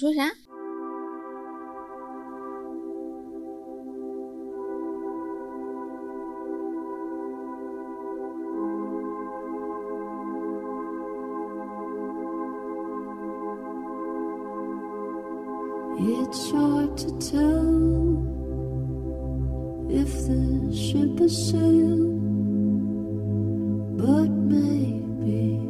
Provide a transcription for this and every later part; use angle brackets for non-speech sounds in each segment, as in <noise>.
你说啥？ It's hard to tell if the ship has sailed, but maybe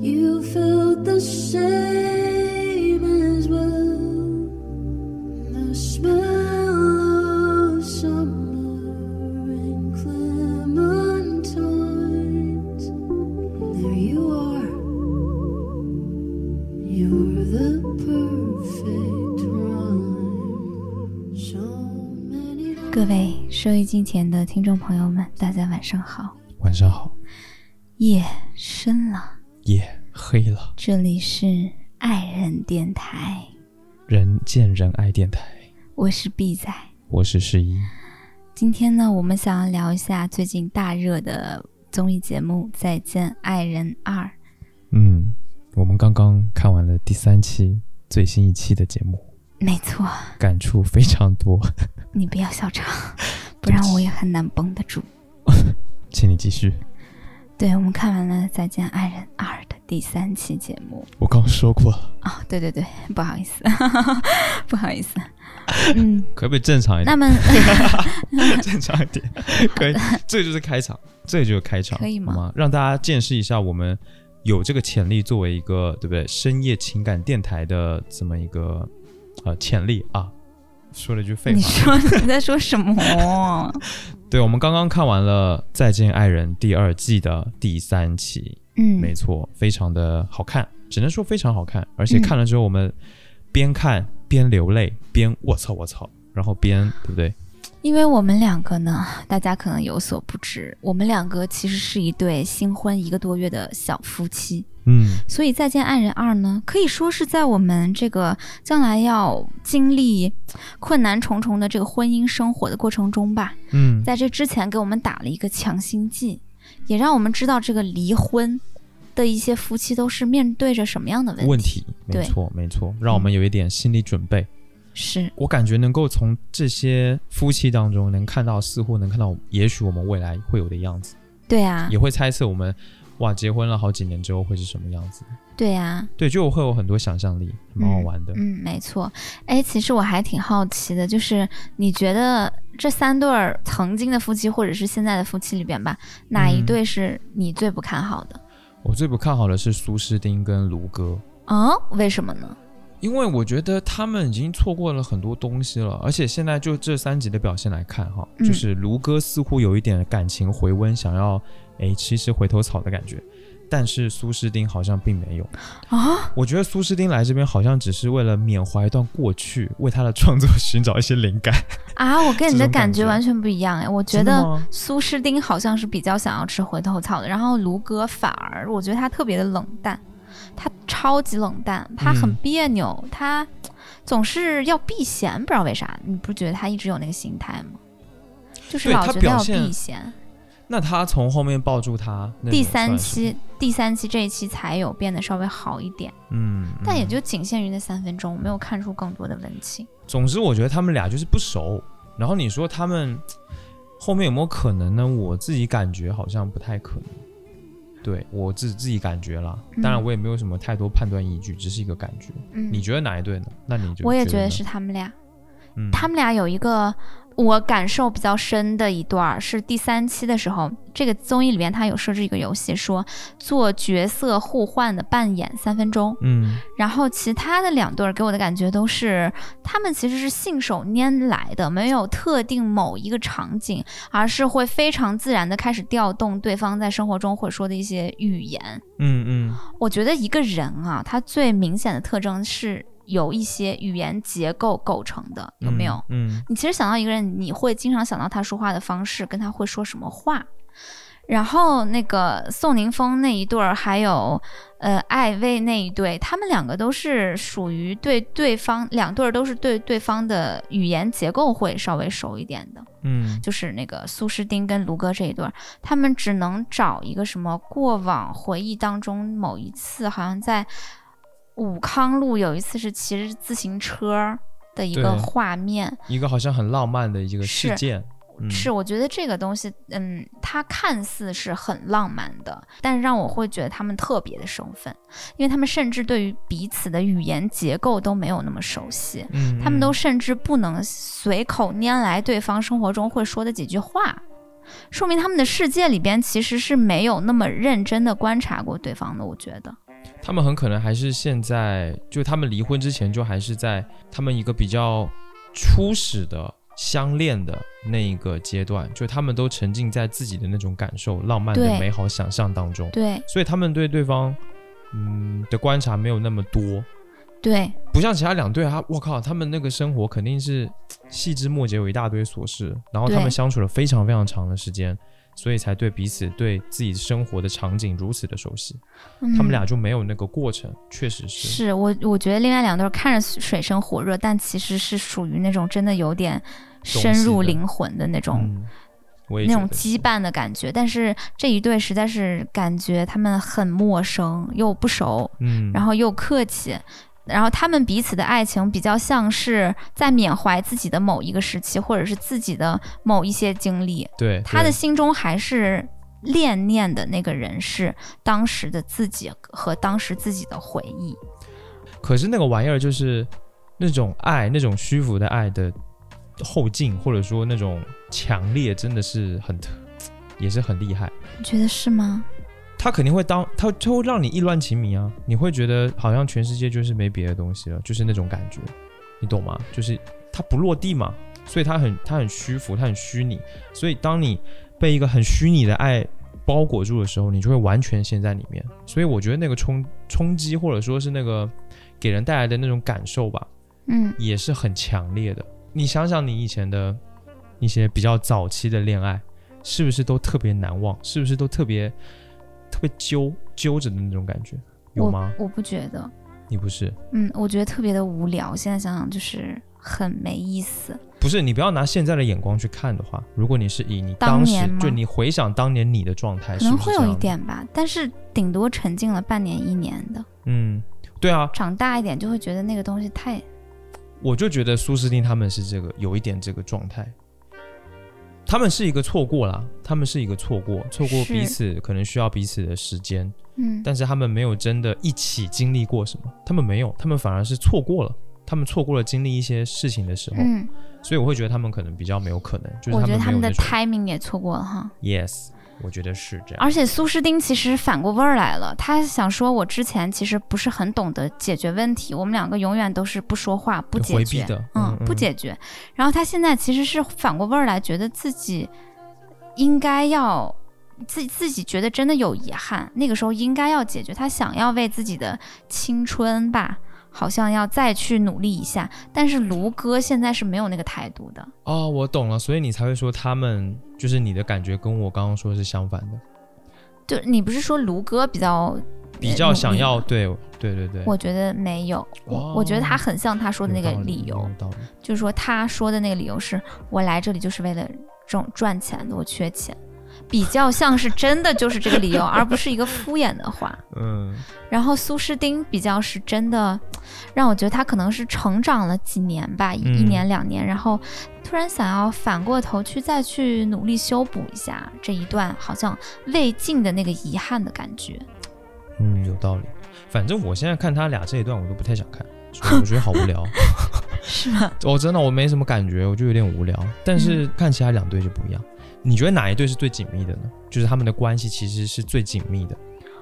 you felt the same as well. The smell of summer and clementines. There you are. You're the perfect rhyme. So many 各位收音机前的听众朋友们，大家晚上好，晚上好，夜深了，夜黑了，这里是爱人电台，人见人爱电台，我是 B 仔。我是十一。今天呢，我们想要聊一下最近大热的综艺节目《再见爱人二》。嗯，我们刚刚看完了第三期最新一期的节目，没错，感触非常多， <laughs> 你不要笑场，不然我也很难绷得住。请你继续。对，我们看完了《再见爱人二》的第三期节目。 <laughs> 我刚说过了，哦，对对对，不好意思， <laughs> 不好意思。嗯，可不可以正常一那点？么正常一点， <laughs> <laughs> 可以。这个就是开场，这个就是开场，可以吗好让大家见识一下我们有这个潜力，作为一个对不对深夜情感电台的这么一个呃潜力啊。说了一句废话， <laughs> 你说你在说什么？ <laughs> 对，我们刚刚看完了《再见爱人》第二季的第三期，嗯，没错，非常的好看，只能说非常好看。而且嗯看了之后，我们边看边流泪，边我操我操，然后边对不对？因为我们两个呢，大家可能有所不知，我们两个其实是一对新婚一个多月的小夫妻，嗯，所以《再见爱人二》呢，可以说是在我们这个将来要经历困难重重的这个婚姻生活的过程中吧，嗯，在这之前给我们打了一个强心剂，也让我们知道这个离婚的一些夫妻都是面对着什么样的问题。问题没对嗯错没错，让我们有一点心理准备。是，我感觉能够从这些夫妻当中能看到，似乎能看到，也许我们未来会有的样子，对啊也，会猜测我们哇结婚了好几年之后会是什么样子。对啊，对，就会有很多想象力，蛮好玩的。嗯，没错。哎，其实我还挺好奇的，就是你觉得这三对儿曾经的夫妻，或者是现在的夫妻里边吧，哪一嗯对是你最不看好的？我最不看好的是苏诗丁跟卢哥，哦，为什么呢？因为我觉得他们已经错过了很多东西了，而且现在就这三集的表现来看哈，嗯就是卢哥似乎有一点感情回温，想要哎吃一吃回头草的感觉。但是苏诗丁好像并 <laughs> 没有，啊、我觉得苏诗丁来这边好像只是为了缅怀一段过去，为他的创作寻找一些灵感。啊！我跟你的这种感感觉觉完全不一样哎，我觉真的得吗苏诗丁好像是比较想要吃回头草的，然后卢哥反而我觉得他特别的冷淡，他超级冷淡，他很嗯别扭，他总是要避嫌，不知道为啥，你不觉得他一直有那个心态吗？就是对老他觉得表要现避嫌。那他从后面抱住他，那第种三算是，期，第三期这一期才有变得稍微好一点，嗯，嗯但也就仅限于那三分钟，我没有看出更多的温情。总之，我觉得他们俩就是不熟。然后你说他们后面有没有可能呢？我自己感觉好像不太可能。对我自自己感觉啦，当然嗯我也没有什么太多判断依据，只是一个感觉。嗯，你觉得哪一对呢？那你就我也觉觉呢得是，他们俩，嗯，他们俩有一个我感受比较深的一段儿是第三期的时候，这个综艺里面他有设置一个游戏，说做角色互换的扮演三分钟，嗯然后其他的两对儿给我的感觉都是，他们其实是信手拈来的，没有特定某一个场景，而是会非常自然的开始调动对方在生活中会说的一些语言。嗯嗯，我觉得一个人啊，他最明显的特征是有一些语言结构构成的，有没有？嗯？你其实想到一个人，你会经常想到他说话的方式，跟他会说什么话。然后那个宋宁峰那一对儿，还有呃艾薇那一对，他们两个都是属于对对方两对儿都是对对方的语言结构会稍微熟一点的，嗯嗯，就是那个苏诗丁跟卢哥这一对儿，他们只能找一个什么过往回忆当中某一次，好像在。武康路有一次是骑着自行车的一个对画面，一个好像很浪漫的一个事是件，嗯是，我觉得这个东西，嗯，它看似是很浪漫的，但是让我会觉得他们特别的生分，因为他们甚至对于彼此的语言结构都没有那么熟悉，嗯，他们都是甚至不能随口拈来对方生活中会说的几句话，说明他们的世界里边其实是没有那么认真的观察过对方的。我觉得，他们很可能还是现在，就他们离婚之前就还是在他们一个比较初始的相恋的那一个阶段，就他们都沉浸在自己的那种感受、浪漫的对美好想象当中，对所以他们对对方，嗯的观察没有那么多，对，不像其他两队啊，我靠，他们那个生活肯定是细枝末节有一大堆琐事，然后他对们相处了非常非常长的时间，所以才对彼此对自己生活的场景如此的熟悉。嗯、他们俩就没有那个过程，确实是。是我，我觉得另外两对儿看着水深火热，但其实是属于那种真的有点深入懂事的灵魂的那种嗯，我也那觉种得是羁绊的感觉。但是这一对实在是感觉他们很陌生，又不熟，嗯，然后后又客气。然后他们彼此的爱情比较像是在缅怀自己的某一个时期，或者是自己的某一些经历。对他的对心中还是恋念的那个人是当时的自己和当时自己的回忆。可是那个玩意儿就是那种爱，那种虚浮的爱的后劲，或者说那种强烈，真的是很特，也是很厉害。你觉得是吗？他肯定会当他，他会让你意乱情迷啊！你会觉得好像全世界就是没别的东西了，就是那种感觉，你懂吗？就是他不落地嘛，所以他很他很虚浮，他很虚拟。所以当你被一个很虚拟的爱包裹住的时候，你就会完全陷在里面。所以我觉得那个冲冲击，或者说是那个给人带来的那种感受吧，嗯，也是很强烈的。你想想，你以前的一些比较早期的恋爱，是不是都特别难忘？是不是都特别特别揪揪着的那种感觉？有吗？我？我不觉得，你不是，嗯，我觉得特别的无聊。现在想想就是很没意思。不是你不要拿现在的眼光去看的话，如果你是以你当当时年吗就你回想当年你的状态，可能是不是会有这一样的，点吧，但是顶多沉浸了半年一年的，嗯，对啊，长大一点就会觉得那个东西太……我就觉得苏诗丁他们是这个有一点这个状态，他们是一个错过啦，他们是一个错过，错过是彼此可能需要彼此的时间，嗯，但是他们没有真的一起经历过什么，他们没有，他们反而是错过了，他们错过了经历一些事情的时候，嗯，所以我会觉得他们可能比较没有可能，就是我觉得他没有们那的种 timing 也错过了哈。 yes，我觉得是这样，而且苏诗丁其实反过味儿来了，他想说，我之前其实不是很懂得解决问题，我们两个永远都是不说话、不就解回避决的，嗯嗯，不嗯解决。然后他现在其实是反过味儿来，觉得自己应该要自自己觉得真的有遗憾，那个时候应该要解决。他想要为自己的青春吧，好像要再去努力一下。但是卢哥现在是没有那个态度的，哦，我懂了，所以你才会说他们就是你的感觉跟我刚刚说的是相反的，就你不是说卢哥比较比呃较想要努力吗对对对对，我觉得没有，我我觉得他很像他说的那个理由，有道理就是说他说的那个理由是我来这里就是为了挣赚钱的，我缺钱，比较像是真的就是这个理由，而不是一个敷衍的话。嗯，然后苏诗丁比较是真的，让我觉得他可能是成长了几年吧，一嗯一年两年，然后突然想要反过头去再去努力修补一下这一段好像未尽的那个遗憾的感觉。嗯，有道理。反正我现在看他俩这一段，我都不太想看，所以我觉得好无聊。 <laughs> 是吗？ <laughs> 嗯我真的我没什么感觉，我就有点无聊。但是看其他两队就不一样。你觉得哪一队是最紧密的呢？就是他们的关系其实是最紧密的，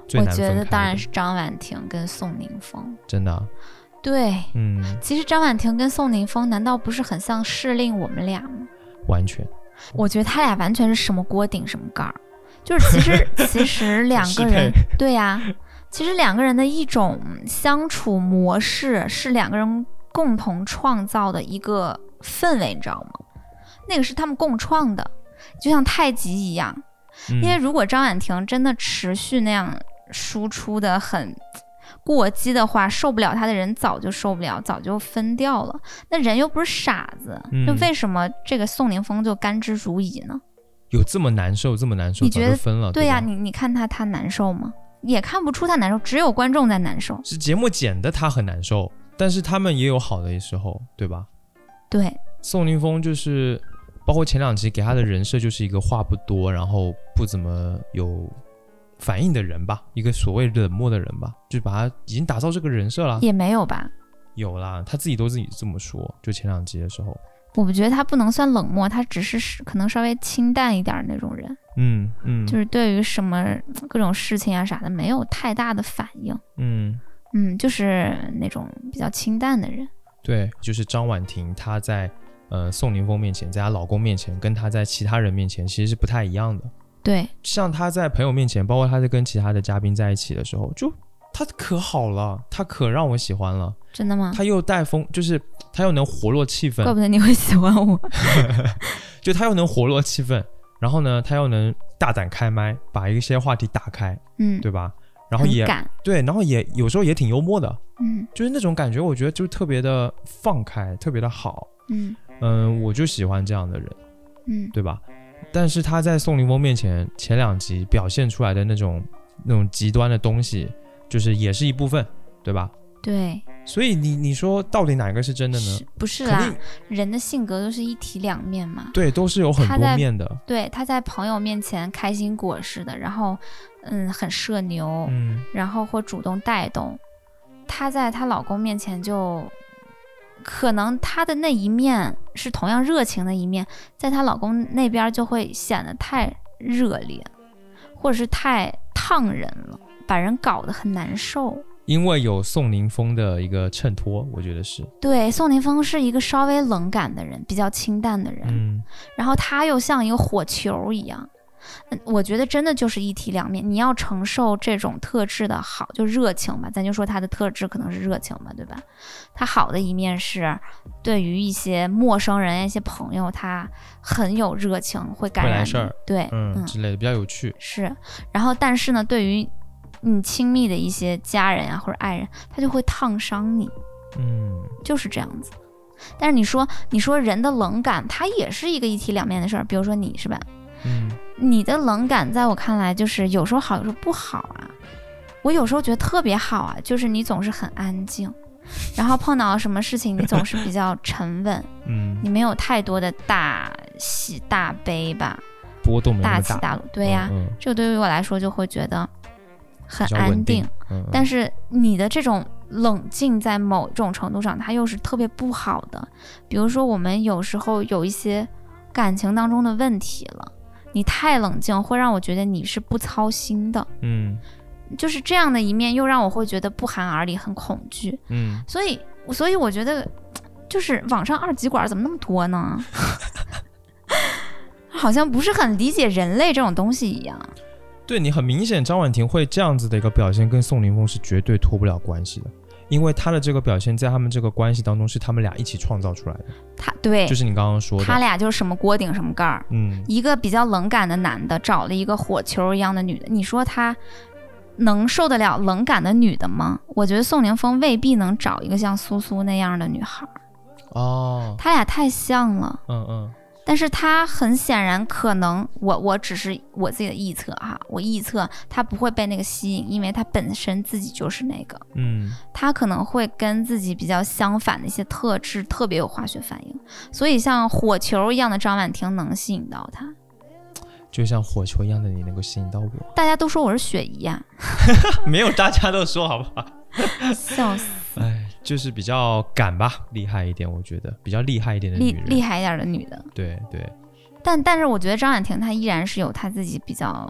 最我难分觉开的。得当然是张婉婷跟宋宁峰。真的啊、对，嗯，其实张婉婷跟宋宁峰难道不是很像适令我们俩吗？完全我觉得他俩完全是什么锅顶什么盖儿，就是其 <laughs> 实其实两个人适配对呀、其实两个人的一种相处模式是两个人共同创造的一个氛围，你知道吗？那个是他们共创的，就像太极一样，嗯因为如果张婉婷真的持续那样输出的很过激的话，受不了她的人早就受不了，早就分掉了。那人又不是傻子，嗯就为什么这个宋宁峰就甘之如饴呢？有这么难受，这么难受，你早觉就得分了。对对呀、吧你你看他他难受吗？也看不出他难受，只有观众在难受。是节目剪的他很难受，但是他们也有好的时候，对吧？对，宋宁峰就是，包括前两集给他的人设就是一个话不多，然后不怎么有反应的人吧，一个所谓冷漠的人吧，就把他已经打造这个人设啦。也没有吧。有啦，他自己都自己这么说，就前两集的时候，我觉得他不能算冷漠，他只是是可能稍微清淡一点儿那种人，嗯嗯，就是对于什么各种事情啊啥的没有太大的反应，嗯。嗯，就是那种比较清淡的人。对，就是张婉婷，她在呃宋宁峰面前，在她老公面前，跟她在其他人面前其实是不太一样的。对，像她在朋友面前，包括她在跟其他的嘉宾在一起的时候，就她可好了，她可让我喜欢了，真的吗？她又带风，就是她又能活络气怪氛，不得你会喜欢我。就她又能活络气氛，然后呢，她又能大胆开麦，把一些话题打开，嗯，对吧？然后很也敢。对，然后也有时候也挺幽默的，嗯就是那种感觉，我觉得就特别的放开，特别的好。嗯嗯，我就喜欢这样的人。嗯，对吧？但是他在宋宁峰面前前两集表现出来的那种那种极端的东西，就是也是一部分，对吧？对，所以你你说到底哪个是真的呢是？啊不是肯啦定？人的性格都是一体两面嘛。对，都是有很他多在面的。对，他在朋友面前开心果似的，然后嗯很社牛，嗯，然后或主动带动。她在她老公面前就，可能她的那一面是同样热情的一面，在她老公那边就会显得太热烈，或者是太烫人了，把人搞得很难受。因为有宋宁峰的一个衬托，我觉得是。对，宋宁峰是一个稍微冷感的人，比较清淡的人，嗯，然后他又像一个火球一样。嗯我觉得真的就是一体两面，你要承受这种特质的好，就热情吧，咱就说他的特质可能是热情吧，对吧？他好的一面是对于一些陌生人、一些朋友，他很有热情，会感会来染事你儿对，嗯之类的比较有趣。是。然后，但是呢，对于你亲密的一些家人啊或者爱人，他就会烫伤你。嗯，就是这样子。但是你说，你说人的冷感，它也是一个一体两面的事儿。比如说你是吧，嗯，你的冷感在我看来就是有时候好，有时候不好啊。我有时候觉得特别好啊，就是你总是很安静，然后碰到什么事情你总是比较沉稳， <laughs> 嗯，你没有太多的大喜大悲吧，波动没那大么起大。大落。对呀、嗯，嗯这个对于我来说就会觉得很比较安稳定定。。嗯，但是是你的这种冷静，在某种程度上，它又是特别不好的。比如说，我们有时候有一些感情当中的问题了，你太冷静，会让我觉得你是不操心的。嗯就是这样的一面，又让我会觉得不寒而栗，很恐惧。嗯，所以，所以我觉得，就是网上二极管怎么那么多呢？ <laughs> 好像不是很理解人类这种东西一样。对你很明显，张婉婷会这样子的一个表现，跟宋宁峰是绝对脱不了关系的，因为她的这个表现在他们这个关系当中是他们俩一起创造出来的，他对，就是你刚刚说他的，俩就是什么锅顶什么盖儿。嗯，一个比较冷感的男的找了一个火球一样的女的，你说他能受得了冷感的女的吗？我觉得宋宁峰未必能找一个像苏苏那样的女孩儿，哦，他俩太像了。嗯嗯，但是他很显然可能，我我只是我自己的臆测哈，我臆测他不会被那个吸引，因为他本身自己就是那个，嗯，他可能会跟自己比较相反的一些特质特别有化学反应，所以像火球一样的张婉婷能吸引到他。就像火球一样的你能够吸引到我， <laughs> 大家都说我是雪姨啊呀、没有大家都说好不好？笑 <laughs> 死，哎，就是比较敢吧，厉害一点，我觉得比较厉害一点的厉女人，厉害一点的女的，对对，但但是我觉得张婉婷她依然是有她自己比较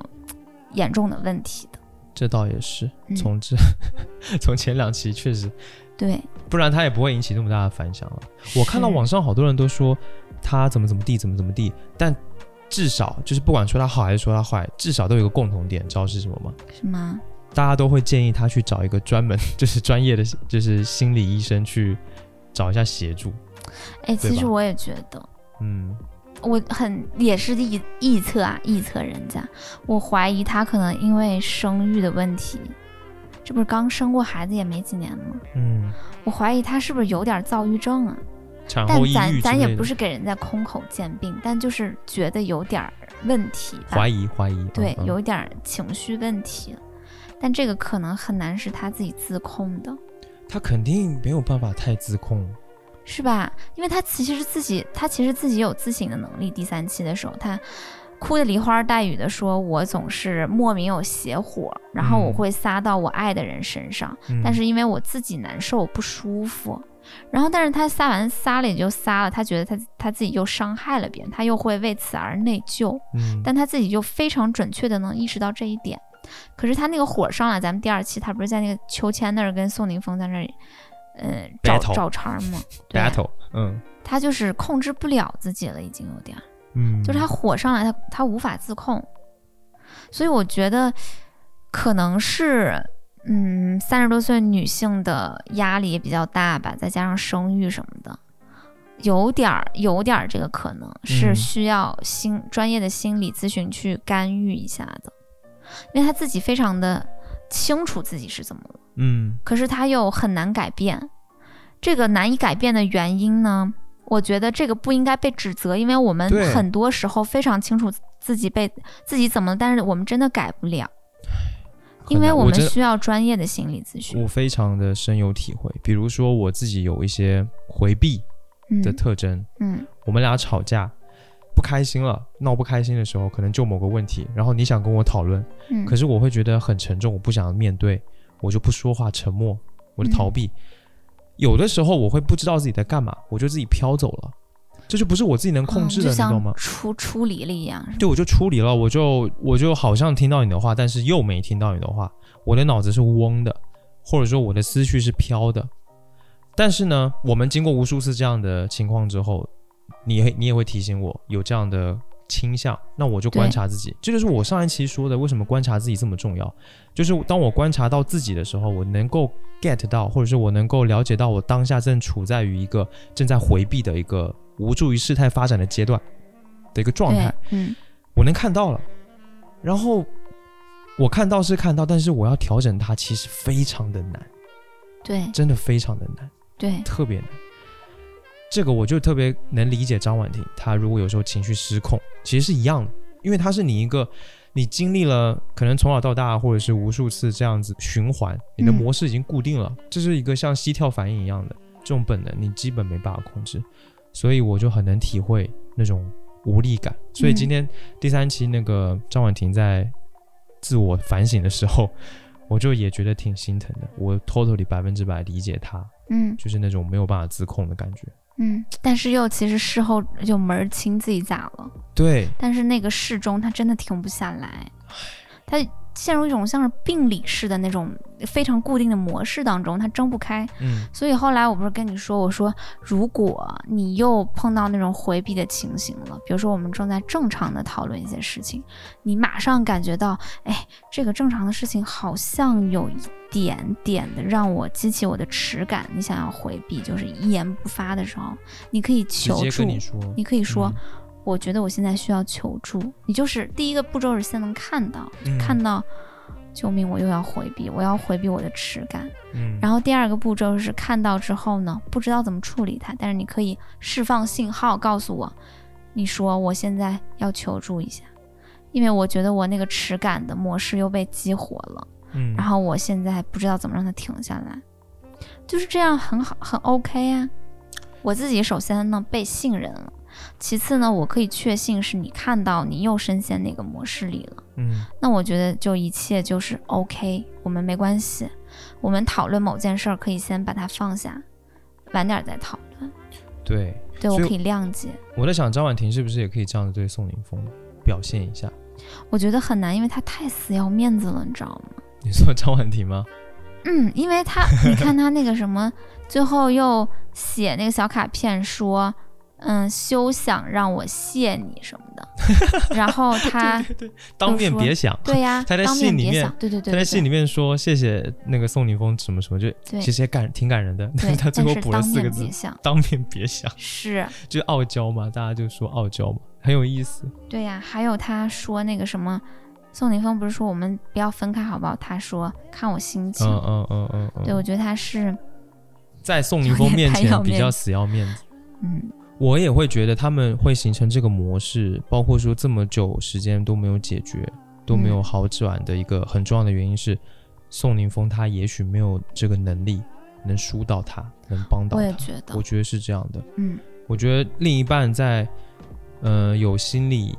严重的问题的，这倒也是，嗯从这 <laughs> 从前两期确实，对，不然她也不会引起那么大的反响了。我看到是网上好多人都说他怎么怎么地，怎么怎么地，但至少就是不管说他好还是说他坏，至少都有一个共同点，知道是什么吗？是吗？大家都会建议他去找一个专门 <laughs> 就是专业的就是心理医生去找一下协助。哎，对其实吧我也觉得，嗯，我很也是臆臆测啊，臆测人家，我怀疑她可能因为生育的问题，这不是刚生过孩子也没几年吗？嗯，我怀疑她是不是有点躁郁症啊？产但后抑咱郁之咱类也的不是给人家空口见病，但就是觉得有点儿问题吧，怀疑怀疑，对嗯，嗯有一点儿情绪问题。但这个可能很难是他自己自控的，他肯定没有办法太自控。是吧？因为他其实自己，他其实自己有自省的能力。第三期的时候，他哭得梨花带雨的说：“我总是莫名有邪火，然后我嗯会撒到我爱的人身上，嗯、但是因为我自己难受不舒服。”然后，但是他撒完撒了也就撒了，他觉得他他自己又伤害了别人，他又会为此而内疚。嗯，但他自己就非常准确的能意识到这一点。可是他那个火上来，咱们第二期他不是在那个秋千那儿跟宋宁峰在那里，呃，找 Battle 找茬儿吗对 battle，嗯他就是控制不了自己了，已经有点儿，嗯，就是他火上来，他他无法自控。所以我觉得可能是，嗯，三十多岁女性的压力也比较大吧，再加上生育什么的。有点儿，有点儿，这个可能是嗯需要心、专业的心理咨询去干预一下的，因为他自己非常的清楚自己是怎么了，嗯可是他又很难改变。这个难以改变的原因呢，我觉得这个不应该被指责，因为我们对很多时候非常清楚自己被自己怎么了，但是我们真的改不了，很因为难我我们真的需要专业的心理咨询。我非常的深有体会。比如说我自己有一些回避嗯的特征，嗯我们俩吵架。不开心了，闹不开心的时候，可能就某个问题，然后你想跟我讨论，嗯，可是我会觉得很沉重，我不想面对，我就不说话，沉默，嗯我就逃避。有的时候我会不知道自己在干嘛，我就自己飘走了，这就不是我自己能控嗯制的，就你像懂吗？出出离了一样，是吧对，我就出离了，我就我就好像听到你的话，但是又没听到你的话，我的脑子是嗡的，或者说我的思绪是飘的。但是呢，我们经过无数次这样的情况之后，你也你也会提醒我有这样的倾向，那我就观对察自己。这就是我上一期说的，为什么观察自己这么重要。就是当我观察到自己的时候，我能够 get 到，或者是我能够了解到我当下正处在于一个正在回避的一个无助于事态发展的阶段的一个状态对。，嗯我能看到了，然后我看到是看到，但是我要调整它，其实非常的难，对真的非常的难，对特别难。这个我就特别能理解张婉婷，她如果有时候情绪失控，其实是一样的，因为她是你一个，你经历了可能从小到大，或者是无数次这样子循环，你的嗯模式已经固定了，这是一个像膝跳反应一样的这种本能，你基本没办法控制，所以我就很能体会那种无力感。所以今天第三期那个张婉婷在自我反省的时候，我就也觉得挺心疼的，我 totally 百分之百理解她。嗯就是那种没有办法自控的感觉。嗯，但是又其实事后就门儿清自己咋了，对，但是那个适中他真的停不下来，他陷入一种像是病理式的那种非常固定的模式当中，他睁不开。嗯所以后来我不是跟你说，我说如果你又碰到那种回避的情形了，比如说我们正在正常的讨论一些事情，你马上感觉到，哎，这个正常的事情好像有一点点的让我激起我的耻感，你想要回避，就是一言不发的时候，你可以直求接助，跟你你说，可以说。嗯我觉得我现在需要求助，你就是第一个步骤是先能看到，嗯看到，救命！我又要回避，我要回避我的耻感，嗯，然后第二个步骤是看到之后呢，不知道怎么处理它，但是你可以释放信号告诉我，你说我现在要求助一下，因为我觉得我那个耻感的模式又被激活了，嗯，然后我现在不知道怎么让它停下来，就是这样很好，很 OK 啊。我自己首先呢被信任了，其次呢，我可以确信是你看到你又深陷那个模式里了。嗯那我觉得就一切就是 OK，我们没关系。我们讨论某件事儿，可以先把它放下，晚点儿再讨论。对，对我所以可以谅解，我在想张婉婷是不是也可以这样子对宋宁峰表现一下？我觉得很难，因为他太死要面子了，你知道吗？你说张婉婷吗？嗯，因为他，你看他那个什么，最后又写那个小卡片说，嗯，休想让我谢你什么的。然 <laughs> 后他，当面别想，对呀，他在当信里别面想，对对对，他在对信里面说谢谢那个宋宁峰什么什么，就对其实也感挺感人的，但对，是他最但是后补了当四面个字别，想当面别想，是。就是傲娇嘛，大家就说傲娇嘛，很有意思。对呀、还有他说那个什么，宋宁峰不是说我们不要分开好不好？他说看我心情。嗯嗯嗯嗯嗯，对，我觉得他是，在宋宁峰有面点太前要比面较子死要面子。嗯，我也会觉得他们会形成这个模式，包括说这么久时间都没有解决，都没有好转的一个很重要的原因是，宋宁峰他也许没有这个能力能疏导他，能帮到我也他。觉得我，觉得是这样的。嗯，我觉得另一半在，呃，有心理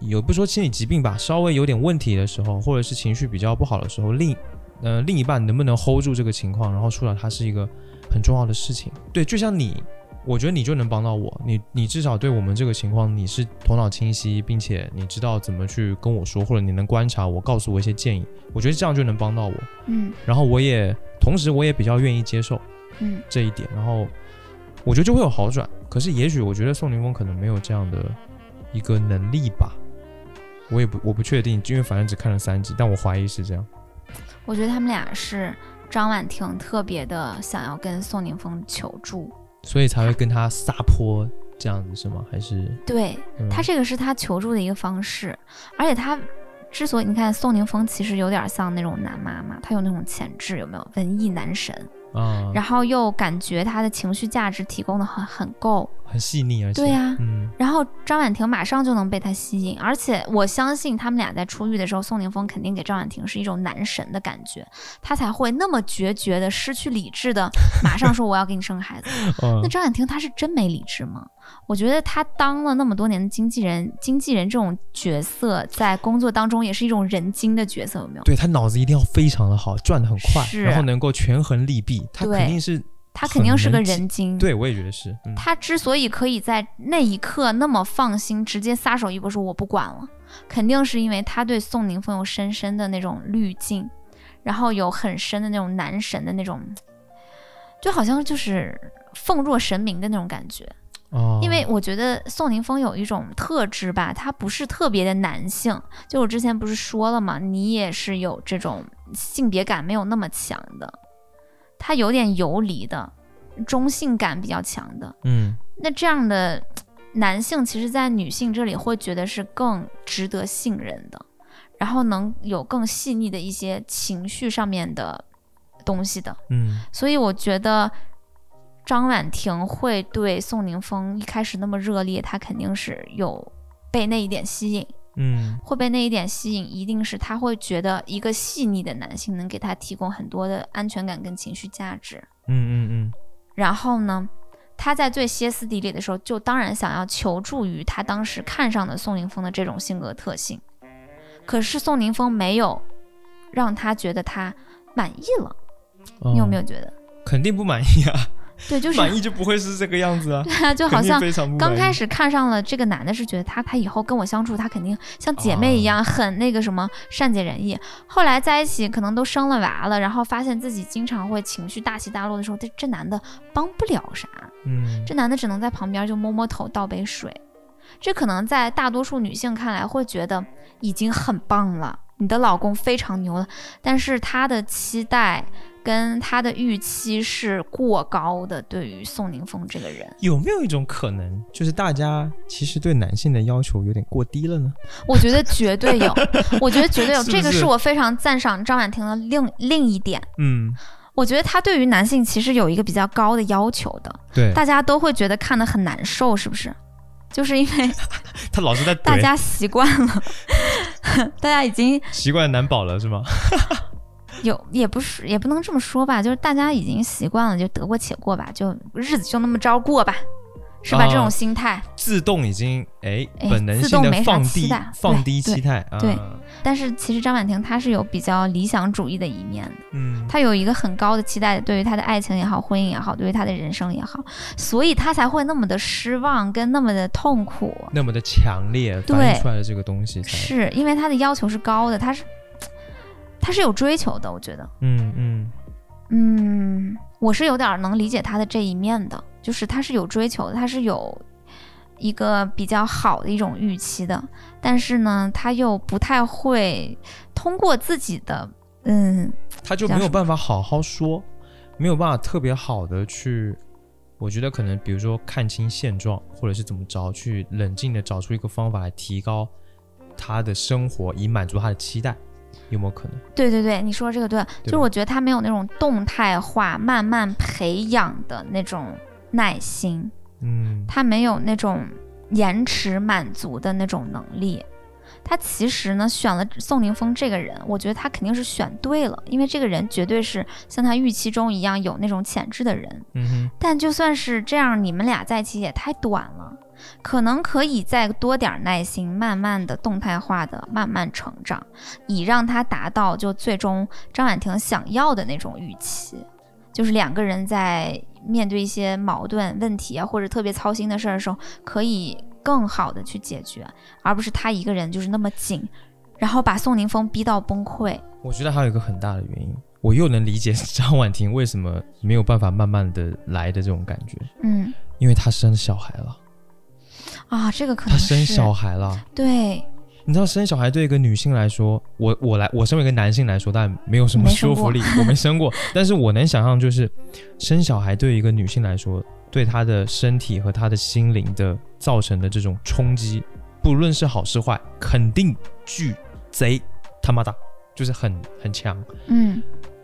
有不说心理疾病吧，稍微有点问题的时候，或者是情绪比较不好的时候，另呃另一半能不能 hold 住这个情况，然后疏导它是一个很重要的事情。对，就像你，我觉得你就能帮到我，你你至少对我们这个情况你是头脑清晰，并且你知道怎么去跟我说，或者你能观察我，告诉我一些建议，我觉得这样就能帮到我。嗯然后我也同时我也比较愿意接受。嗯，这一点，然后我觉得就会有好转。可是也许我觉得宋宁峰可能没有这样的一个能力吧，我也不我不确定，因为反正只看了三集，但我怀疑是这样。我觉得他们俩是张婉婷特别的想要跟宋宁峰求助，所以才会跟他撒泼这样子是吗？还是、对嗯、他这个是他求助的一个方式，而且他之所以你看宋宁峰其实有点像那种男妈妈，他有那种潜质，有没有文艺男神？啊然后又感觉他的情绪价值提供的很很够，很细腻，而且对啊呀嗯然后张婉婷马上就能被他吸引，而且我相信他们俩在出狱的时候，宋宁峰肯定给张婉婷是一种男神的感觉，他才会那么决绝的失去理智的 <laughs> 马上说我要给你生个孩子。嗯那张婉婷她是真没理智吗？我觉得她当了那么多年的经纪人，经纪人这种角色在工作当中也是一种人精的角色，有没有？对他脑子一定要非常的好，转的很快，是啊然后能够权衡利弊，他对肯定是她肯定是个很能人精，对我也觉得是，嗯，他之所以可以在那一刻那么放心，直接撒手一搏说我不管了，肯定是因为他对宋宁峰有深深的那种滤镜，然后有很深的那种男神的那种，就好像就是奉若神明的那种感觉。哦因为我觉得宋宁峰有一种特质吧，他不是特别的男性。就我之前不是说了嘛，你也是有这种性别感没有那么强的，他有点游离的，中性感比较强的。嗯那这样的男性，其实，在女性这里会觉得是更值得信任的，然后能有更细腻的一些情绪上面的东西的。嗯所以我觉得张婉婷会对宋宁峰一开始那么热烈，她肯定是有被那一点吸引，嗯会被那一点吸引，一定是她会觉得一个细腻的男性能给她提供很多的安全感跟情绪价值。嗯嗯嗯，然后呢，他在最歇斯底里的时候，就当然想要求助于他当时看上的宋宁峰的这种性格特性。可是宋宁峰没有让他觉得他满意了，哦你有没有觉得？肯定不满意啊？对，就是满意就不会是这个样子啊，对 <laughs> 啊，就肯好定像非常不刚满意开始看上了这个男的，是觉得他他以后跟我相处，他肯定像姐妹一哦样，很那个什么善解人意。后来在一起，可能都生了娃了，然后发现自己经常会情绪大起大落的时候，这这男的帮不了啥。嗯这男的只能在旁边就摸摸头，倒杯水。这可能在大多数女性看来会觉得已经很棒了，你的老公非常牛了，但是他的期待跟他的预期是过高的，对于宋宁峰这个人。有没有一种可能，就是大家其实对男性的要求有点过低了呢？我觉得绝对 <laughs> 有，我觉得绝对有，是不这个是是我非常赞赏张婉婷的另另一点。嗯，我觉得她对于男性其实有一个比较高的要求的，对，大家都会觉得看得很难受，是不是？就是因为他老是在大怼，家习惯了， <laughs> 大家已经习惯难保了是吗？有也不是也不能这么说吧，就是大家已经习惯了，就得过且过吧，就日子就那么着过吧，是吧？啊这种心态，自动已经哎，哎本能自性动的没啥放期低待放对低对期待啊，对但是其实张婉婷她是有比较理想主义的一面的。嗯，他有一个很高的期待，对于他的爱情也好，婚姻也好，对于他的人生也好，所以他才会那么的失望跟那么的痛苦，那么的强烈对反映出来的这个东西才，是因为他的要求是高的，他是他是有追求的，我觉得，嗯嗯嗯，我是有点儿能理解他的这一面的，就是他是有追求的，他是有一个比较好的一种预期的，但是呢，他又不太会通过自己的，嗯，他就叫没有什么办法好好说，没有办法特别好的去。我觉得可能，比如说看清现状，或者是怎么着，去冷静的找出一个方法来提高他的生活，以满足他的期待，有没有可能？对对对，你说这个对，对就是吧我觉得他没有那种动态化、慢慢培养的那种耐心，嗯他没有那种延迟满足的那种能力。他其实呢选了宋宁峰这个人，我觉得他肯定是选对了，因为这个人绝对是像他预期中一样有那种潜质的人。嗯哼，但就算是这样，你们俩在一起也太短了，可能可以再多点耐心，慢慢的动态化的慢慢成长，以让他达到就最终张婉婷想要的那种预期，就是两个人在面对一些矛盾问题啊，或者特别操心的事儿的时候，可以更好的去解决，而不是他一个人就是那么紧，然后把宋宁峰逼到崩溃。我觉得还有一个很大的原因，我又能理解张婉婷为什么没有办法慢慢的来的这种感觉，嗯因为她生小孩了，啊，这个可她能是生小孩了。对你知道生小孩对一个女性来说，我我来我身为一个男性来说，当然没有什么说服力，我没生 <laughs> 过，但是我能想象，就是生小孩对一个女性来说，对她的身体和她的心灵的造成的这种冲击，不论是好是坏，肯定巨贼他妈大，就是很很强。嗯。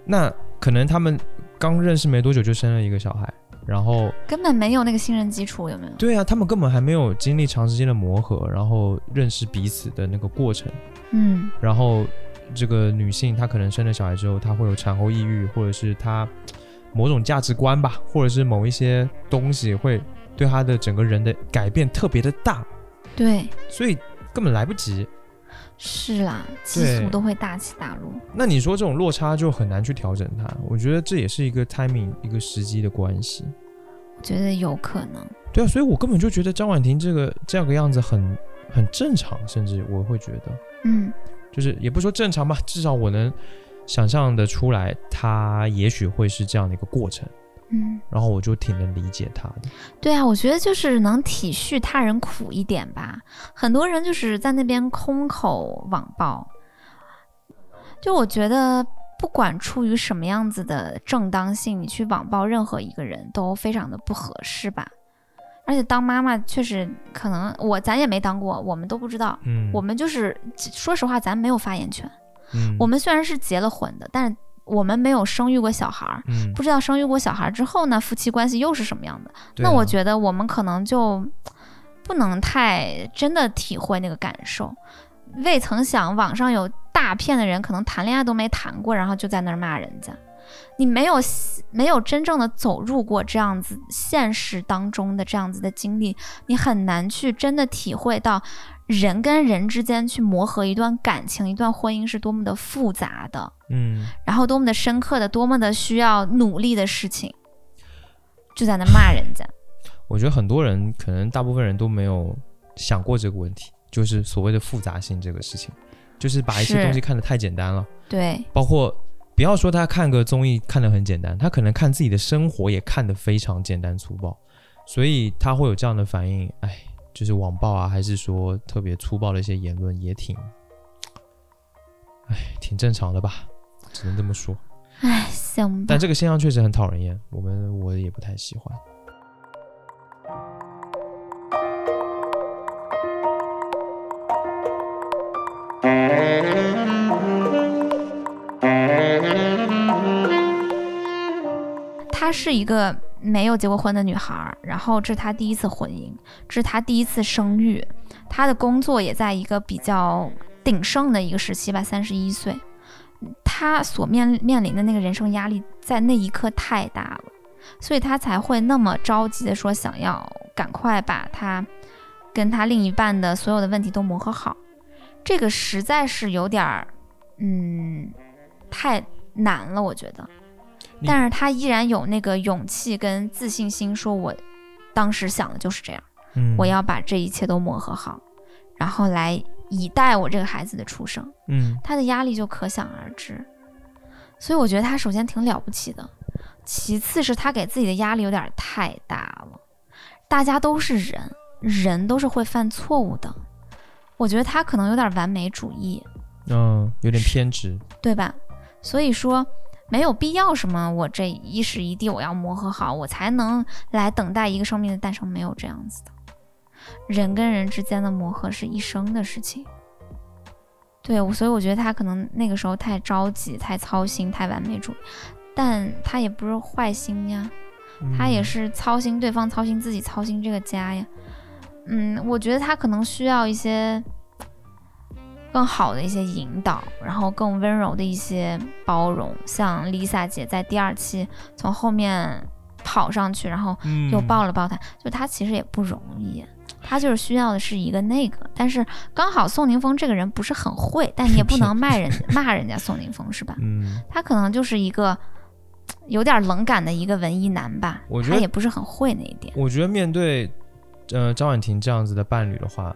那可能他们刚认识没多久就生了一个小孩，然后根本没有那个信任基础，有没有？对啊，他们根本还没有经历长时间的磨合，然后认识彼此的那个过程。嗯然后这个女性她可能生了小孩之后，她会有产后抑郁，或者是她某种价值观吧，或者是某一些东西会对她的整个人的改变特别的大，，对，所以根本来不及。是啦，激对素都会大起大落。那你说这种落差就很难去调整它，我觉得这也是一个 timing 一个时机的关系。我觉得有可能。对啊，所以我根本就觉得张婉婷这个这样个样子很很正常，甚至我会觉得，嗯就是也不说正常吧，至少我能想象的出来，她也许会是这样的一个过程。嗯，然后我就挺能理解他的。对啊，我觉得就是能体恤他人苦一点吧。很多人就是在那边空口网暴，就我觉得。不管出于什么样子的正当性，你去网暴任何一个人都非常的不合适吧。而且当妈妈确实可能我咱也没当过，我们都不知道。嗯我们就是说实话，咱没有发言权。嗯我们虽然是结了婚的，但是我们没有生育过小孩儿，嗯，不知道生育过小孩儿之后呢，夫妻关系又是什么样的。对那啊我觉得我们可能就不能太真的体会那个感受。未曾想，网上有大片的人可能谈恋爱都没谈过，然后就在那儿骂人家。你没有没有真正的走入过这样子现实当中的这样子的经历，你很难去真的体会到人跟人之间去磨合一段感情、一段婚姻是多么的复杂的，嗯，然后多么的深刻的、多么的需要努力的事情，就在那骂人家。我觉得很多人可能大部分人都没有想过这个问题，就是所谓的复杂性这个事情，就是把一些是东西看得太简单了，对，嗯包括。不要说他看个综艺看得很简单，他可能看自己的生活也看得非常简单粗暴，所以他会有这样的反应。哎，就是网暴啊，还是说特别粗暴的一些言论，也挺，哎，挺正常的吧，只能这么说。唉，行吧但。这个现象确实很讨人厌，我们我也不太喜欢。她是一个没有结过婚的女孩儿，然后这是她第一次婚姻，这是她第一次生育，她的工作也在一个比较鼎盛的一个时期吧，三十一岁，她所面面临的那个人生压力在那一刻太大了，所以她才会那么着急的说想要赶快把她跟她另一半的所有的问题都磨合好，这个实在是有点儿，嗯，太难了，我觉得。你但是他依然有那个勇气跟自信心，说我当时想的就是这样，嗯，我要把这一切都磨合好，然后来以待我这个孩子的出生。嗯他的压力就可想而知。所以我觉得他首先挺了不起的，其次是他给自己的压力有点太大了。大家都是人，人都是会犯错误的。我觉得他可能有点完美主义，嗯，有点偏执。对吧？所以说没有必要什么我这一时一地我要磨合好，我才能来等待一个生命的诞生，没有这样子的。人跟人之间的磨合是一生的事情。对，我所以我觉得他可能那个时候太着急、太操心、太完美主义，但他也不是坏心呀，他也嗯是操心对方、操心自己、操心这个家呀。嗯，我觉得他可能需要一些更好的一些引导，然后更温柔的一些包容。像 Lisa 姐在第二期从后面跑上去，然后嗯又抱了抱他，就他其实也不容易，他就是需要的是一个那个，但是刚好宋宁峰这个人不是很会，但你也不能骂人骂人家宋宁峰是吧？嗯，他可能就是一个有点冷感的一个文艺男吧我，觉他得也不是很会那一点。我觉得面对呃张婉婷这样子的伴侣的话，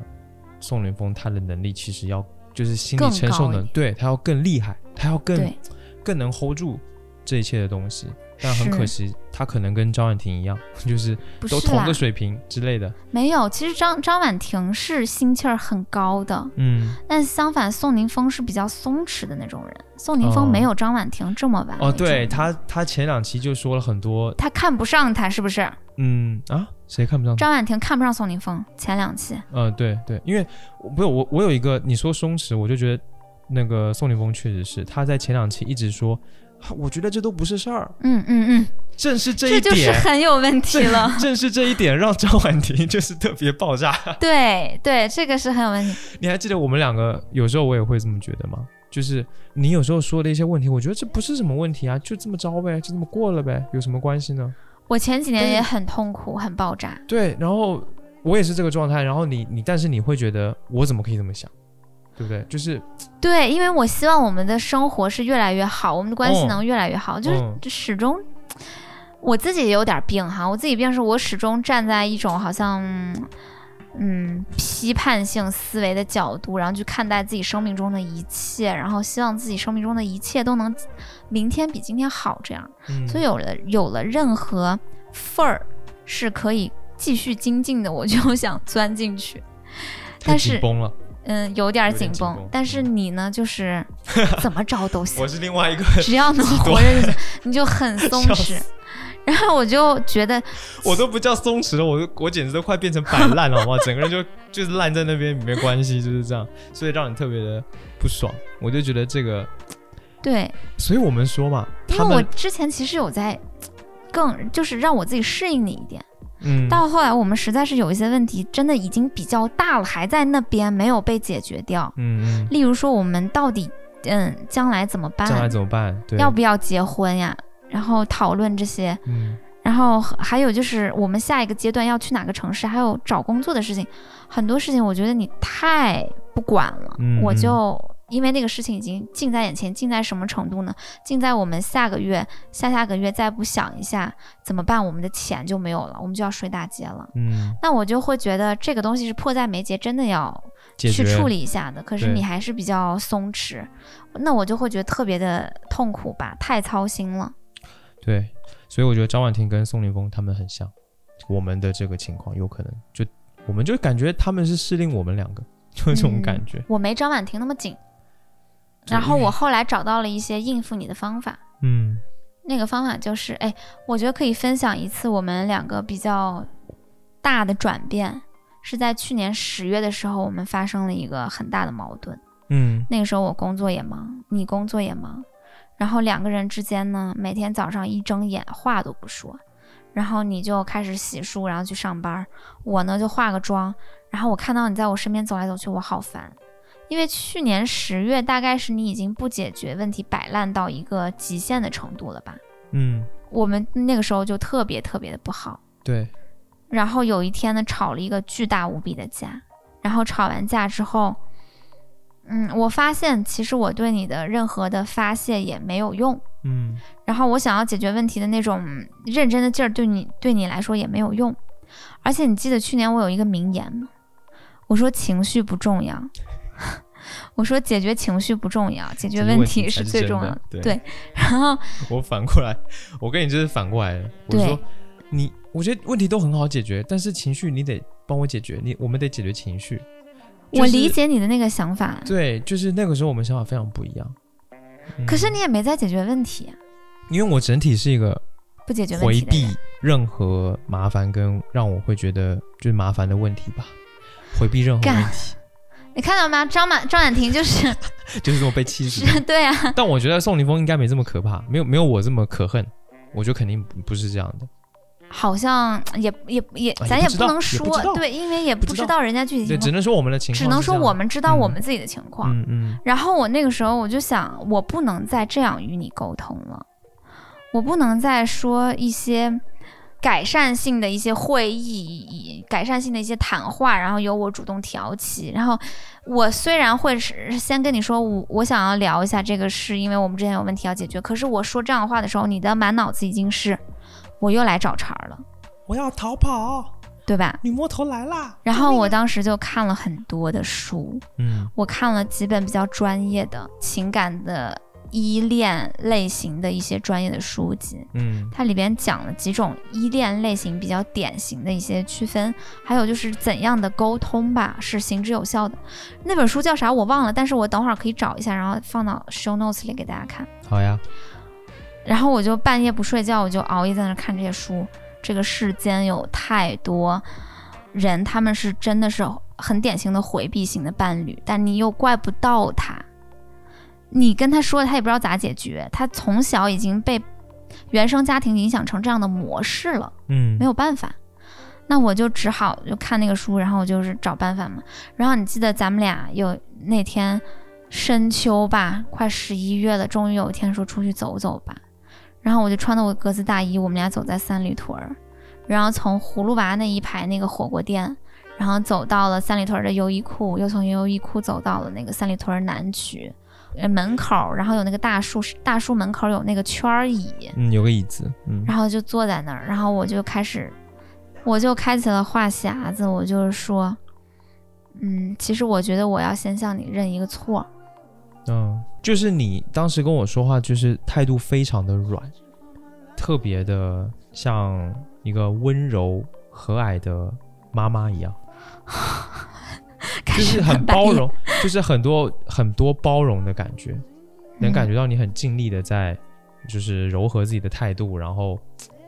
宋凌峰他的能力其实要就是心理更承高受一能，点对他要更厉害，他要更对，更能 hold 住这一切的东西。但很是可惜，他可能跟张婉婷一样，就是不都是同啦个，水平之类的。没有。其实张张婉婷是心气儿很高的，嗯，但相反宋宁峰是比较松弛的那种人。宋宁峰哦没有张婉婷这么完美哦，对哎这么他，他前两期就说了很多，他看不上他是不是？嗯啊，谁看不上他？张婉婷看不上宋宁峰，前两期嗯，对对，因为我不是我，我有一个你说松弛，我就觉得那个宋凌峰确实是他在前两期一直说，啊我觉得这都不是事儿，嗯嗯嗯，正是这这一就是点，很有问题了。正是这一点让张婉婷 <laughs> 就是特别爆炸。对对，这个是很有问题。你还记得我们两个有时候我也会这么觉得吗？就是你有时候说的一些问题，我觉得这不是什么问题啊，就这么着呗，就这么过了呗，有什么关系呢？我前几年对也很痛苦，很爆炸。对，然后我也是这个状态，然后你你，但是你会觉得我怎么可以这么想，对不对？就是对，因为我希望我们的生活是越来越好，我们的关系嗯能越来越好，就是嗯就始终。我自己也有点病哈，我自己病是我始终站在一种好像，嗯，批判性思维的角度，然后去看待自己生命中的一切，然后希望自己生命中的一切都能明天比今天好，这样。嗯，所以有了有了任何份儿是可以继续精进的，我就想钻进去。太但紧是绷了。嗯，有点儿有点紧紧绷，绷但是你呢，就是 <laughs> 怎么着都行我，是另外一 <laughs> 个，只要能活着就行，你就很松笑弛。然后我就觉得， <laughs> 我都不叫松弛了，我都我简直都快变成摆烂了， <laughs> 好不好？整个人就就是烂在那边，没关系，就是这样，所以让你特别的不爽。我就觉得这个，对，所以我们说嘛，因他为我们之前其实有在更，就是让我自己适应你一点。嗯，到后来，我们实在是有一些问题，真的已经比较大了，还在那边没有被解决掉。嗯例如说，我们到底嗯将来怎么嗯，办？将来怎么办？对，要不要结婚呀？然后讨论这些，嗯然后还有就是我们下一个阶段要去哪个城市，还有找工作的事情，很多事情我觉得你太不管了，嗯我嗯就。因为那个事情已经近在眼前，近在什么程度呢？近在我们下个月、下下个月再不想一下怎么办，我们的钱就没有了，我们就要睡大街了。嗯，那我就会觉得这个东西是迫在眉睫，真的要解去决处理一下的。可是对你还是比较松弛，那我就会觉得特别的痛苦吧，太操心了。对，所以我觉得张婉婷跟宋凌峰他们很像，我们的这个情况有可能就我们就感觉他们是适应我们两个，就这种嗯感觉。我没张婉婷那么紧。对然后因为我后来找到了一些应付你的方法，嗯那个方法就是，哎，我觉得可以分享一次我们两个比较大的转变，是在去年十月的时候，我们发生了一个很大的矛盾。嗯那个时候我工作也忙，你工作也忙，然后两个人之间呢，每天早上一睁眼话都不说，然后你就开始洗漱，然后去上班儿，我呢就化个妆，然后我看到你在我身边走来走去，我好烦。因为去年十月，大概是你已经不解决问题、摆烂到一个极限的程度了吧？嗯，我们那个时候就特别特别的不好。对，然后有一天呢，吵了一个巨大无比的架。然后吵完架之后，嗯，我发现其实我对你的任何的发泄也没有用，嗯然后我想要解决问题的那种嗯认真的劲儿，对你对你来说也没有用。而且你记得去年我有一个名言吗？我说情绪不重要， <laughs> 我说解决情绪不重要，解决问题是最重要的。对对然后我反过来，我跟你就是反过来了。我对说你，我觉得问题都很好解决，但是情绪你得帮我解决，你我们得解决情绪。我就是理，解你的那个想法，对，就是那个时候我们想法非常不一样。嗯可是，你也没在解决问题啊，因为我整体是一个不解决问回题的人避任何麻烦跟让我会觉得就是麻烦的问题吧，回避任何干问题，你看到吗？张满张婉婷就是 <laughs> 就是这么被气死的。是对啊，但我觉得宋凌峰应该没这么可怕，没有没有我这么可恨，我觉得肯定不是这样的。好像也也也，哎咱也不知不道能也说不知道对，因为也不不知知道道人家具体对，情况，只能说我们的情况，只能说我，们知道我嗯们自己的情况。嗯嗯，然后我那个时候我就想，我不能再这样与你沟通了，我不能再说一些改善性的一些会议、改善性的一些谈话，然后由我主动挑起。然后我虽然会是先跟你说我我想要聊一下这个事，因为我们之前有问题要解决，可是我说这样的话的时候，你的满脑子已经是我又来找茬儿了，我要逃跑，对吧？女魔头来啦，然后我当时就看了很多的书，嗯我看了几本比较专业的情感的依恋类型的一些专业的书籍，嗯它里边讲了几种依恋类型比较典型的一些区分，还有就是怎样的沟通吧是行之有效的。那本书叫啥我忘了，但是我等会儿可以找一下，然后放到 show notes 里给大家看。好呀，然后我就半夜不睡觉，我就熬夜在那儿看这些书。这个世间有太多人，他们是真的是很典型的回避型的伴侣，但你又怪不到他，你跟他说了，他也不知道咋解决，他从小已经被原生家庭影响成这样的模式了。嗯，没有，有办法。那我就只好就看那个书，然后我就是找办法嘛。然后你记得咱们俩有那天深秋吧，快十一月了，终于有一天说出去走走吧。然后我就穿的我格子大衣，我们俩走在三里屯儿，然后从葫芦娃那一排那个火锅店，然后走到了三里屯儿的优衣库，又从优衣库走到了那个三里屯儿南区呃门口儿，然后有那个大树，大树门口儿有那个圈儿椅，嗯，有个椅子，嗯然后就坐在那儿，然后我就开始，我就开启了话匣子，我就是说，嗯，其实我觉得我要先向你认一个错，嗯，就是你当时跟我说话，就是态度非常的软，特别的像一个温柔和蔼的妈 <laughs> 妈一样。开就始是很白嗯包眼，容，就是很多很多包容的感觉，能感觉到你很尽力的在就是柔和自己的态度，然后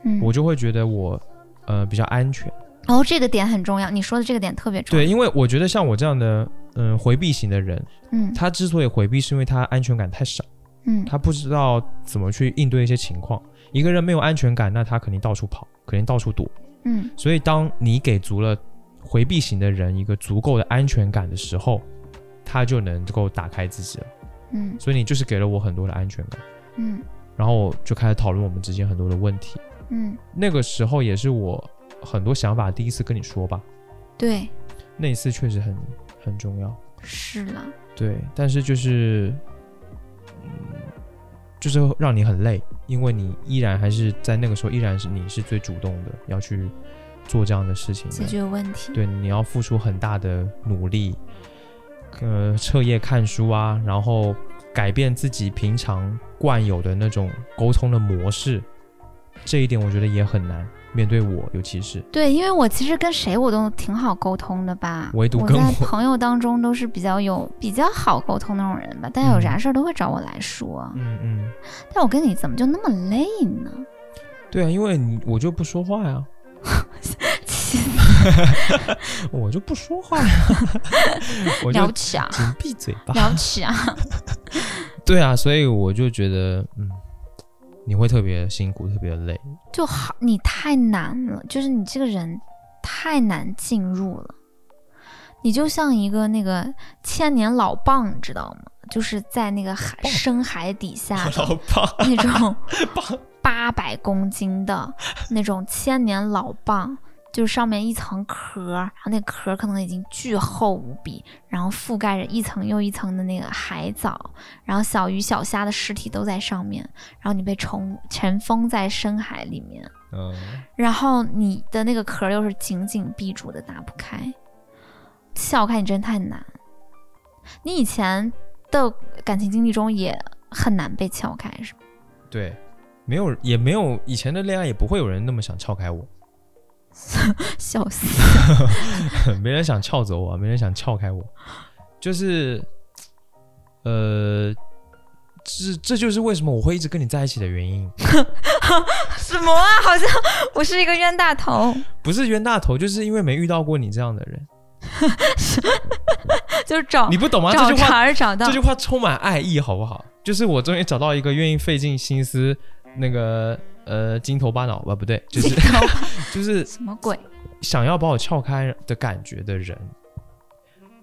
嗯，我就会觉得我呃比较安全。然后这个点很重要，你说的这个点特别重要，对，因为我觉得像我这样的嗯回避型的人，嗯他之所以回避，是因为他安全感太少，嗯他不知道怎么去应对一些情况。一个人没有安全感，那他肯定到处跑，肯定到处躲。嗯所以，当你给足了回避型的人一个足够的安全感的时候，他就能够打开自己了。嗯所以你就是给了我很多的安全感，嗯然后我就开始讨论我们之间很多的问题。嗯，那个时候也是我很多想法第一次跟你说吧，对，那一次确实很很重要，是了，对，但是就是，嗯，就是让你很累，因为你依然还是在那个时候依然是你是最主动的要去做这样的事情解的，决问题，对，你要付出很大的努力，呃，彻夜看书啊，然后改变自己平常惯有的那种沟通的模式，这一点我觉得也很难。面对我，尤其是对，因为我其实跟谁我都挺好沟通的吧，唯独我跟在我朋友当中都是比较有比较好沟通那种人吧，大家有啥嗯事儿都会找我来说。嗯嗯，但我跟你怎么就那么 <laughs> 累呢？对啊，因为你我就不说话呀，气死我就不 <laughs> 说话呀，我就了不起啊，紧闭嘴 <laughs> 巴。了不起啊！对啊，所以我就觉得，嗯，你会特别辛苦，特别累。就好，你太难了，就是你这个人太难进入了。你就像一个那个千年老蚌，你知道吗？就是在那个海深海底下老爸，那种八百公斤的那种千年老蚌，就是上面一层壳，然后那壳可能已经巨厚无比，然后覆盖着一层又一层的那个海藻，然后小鱼小虾的尸体都在上面，然后你被尘尘封在深海里面，嗯，然后你的那个壳又是紧紧闭住的，打不开。笑开你真太难，你以前的感情经历中也很难被撬开，是吧？对，没有，也没有以前的恋爱，也不会有人那么想撬开我。 <laughs> 笑死！没人想撬走我，没人想撬开我，就是，呃，这这就是为什么我会一直跟你在一起的原因，什么啊？好像我是一个冤大头， <laughs> 不是冤大头，就是因为没遇到过你这样的人，就是找你不懂吗？啊这找句话茬儿找到这句话充满爱意，好不好？就是我终于找到一个愿意费尽心思那个呃金头巴脑吧， <laughs> 不对，就这是个 <laughs> 就是什么鬼？想要把我撬开的感觉的人，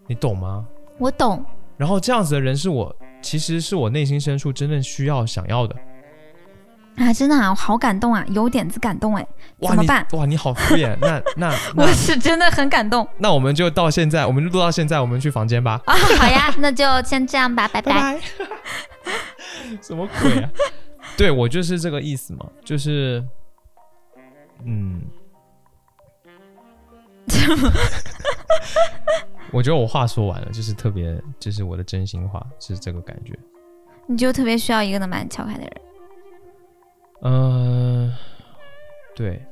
你懂吗？我懂，然后这样子的人是我，其实是我内心深处真正需要、想要的。啊，真的啊，我好感动啊，有点子感动哎，哇，怎么你办哇，你好敷衍。那那 <laughs> 我那是真的很感动 <laughs> 那我们就到现在，我们就录到现在，我们去房间吧，啊。好呀，那就先这样吧，拜拜拜。什么鬼啊？ <laughs> 对我就是这个意思嘛，就是，嗯， <laughs> 我觉得我话说完了，就是特别，就是我的真心话是这个感觉。你就特别需要一个能把你撬开的人。嗯，对，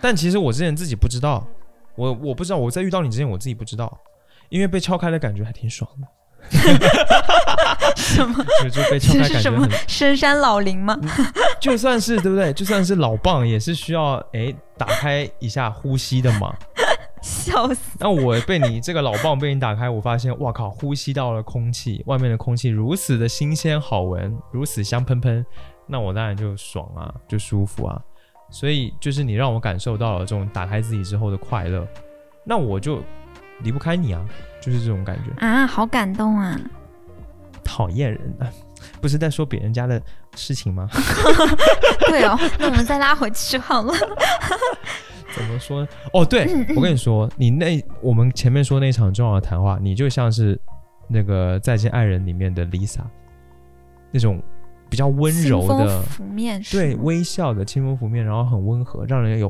但其实我之前自己不知道，我我不知道，我在遇到你之前我自己不知道，因为被敲开的感觉还挺爽 <laughs> 的。什么？ <laughs> 就就被敲这开是感觉什么很，深山老林吗？嗯就算是对不对？就算是老棒也是需要哎打开一下呼吸的嘛。笑死！那我被你这个老棒被你打开，我发现哇靠，呼吸到了空气，外面的空气如此的新鲜好闻，如此香喷喷，那我当然就爽啊，就舒服啊。所以就是你让我感受到了这种打开自己之后的快乐，那我就离不开你啊，就是这种感觉。啊，好感动啊！讨厌人啊，不是在说别人家的事情吗？对哦， <laughs> 那我们再拉回去好了。怎么说呢？哦， <laughs> 对，我跟你说，你那我们前面说那场重要的谈话，你就像是那个《再见爱人》里面的 Lisa，那种比较温柔清风的，拂面是对，吗微笑的清风拂面，然后很温和，让人有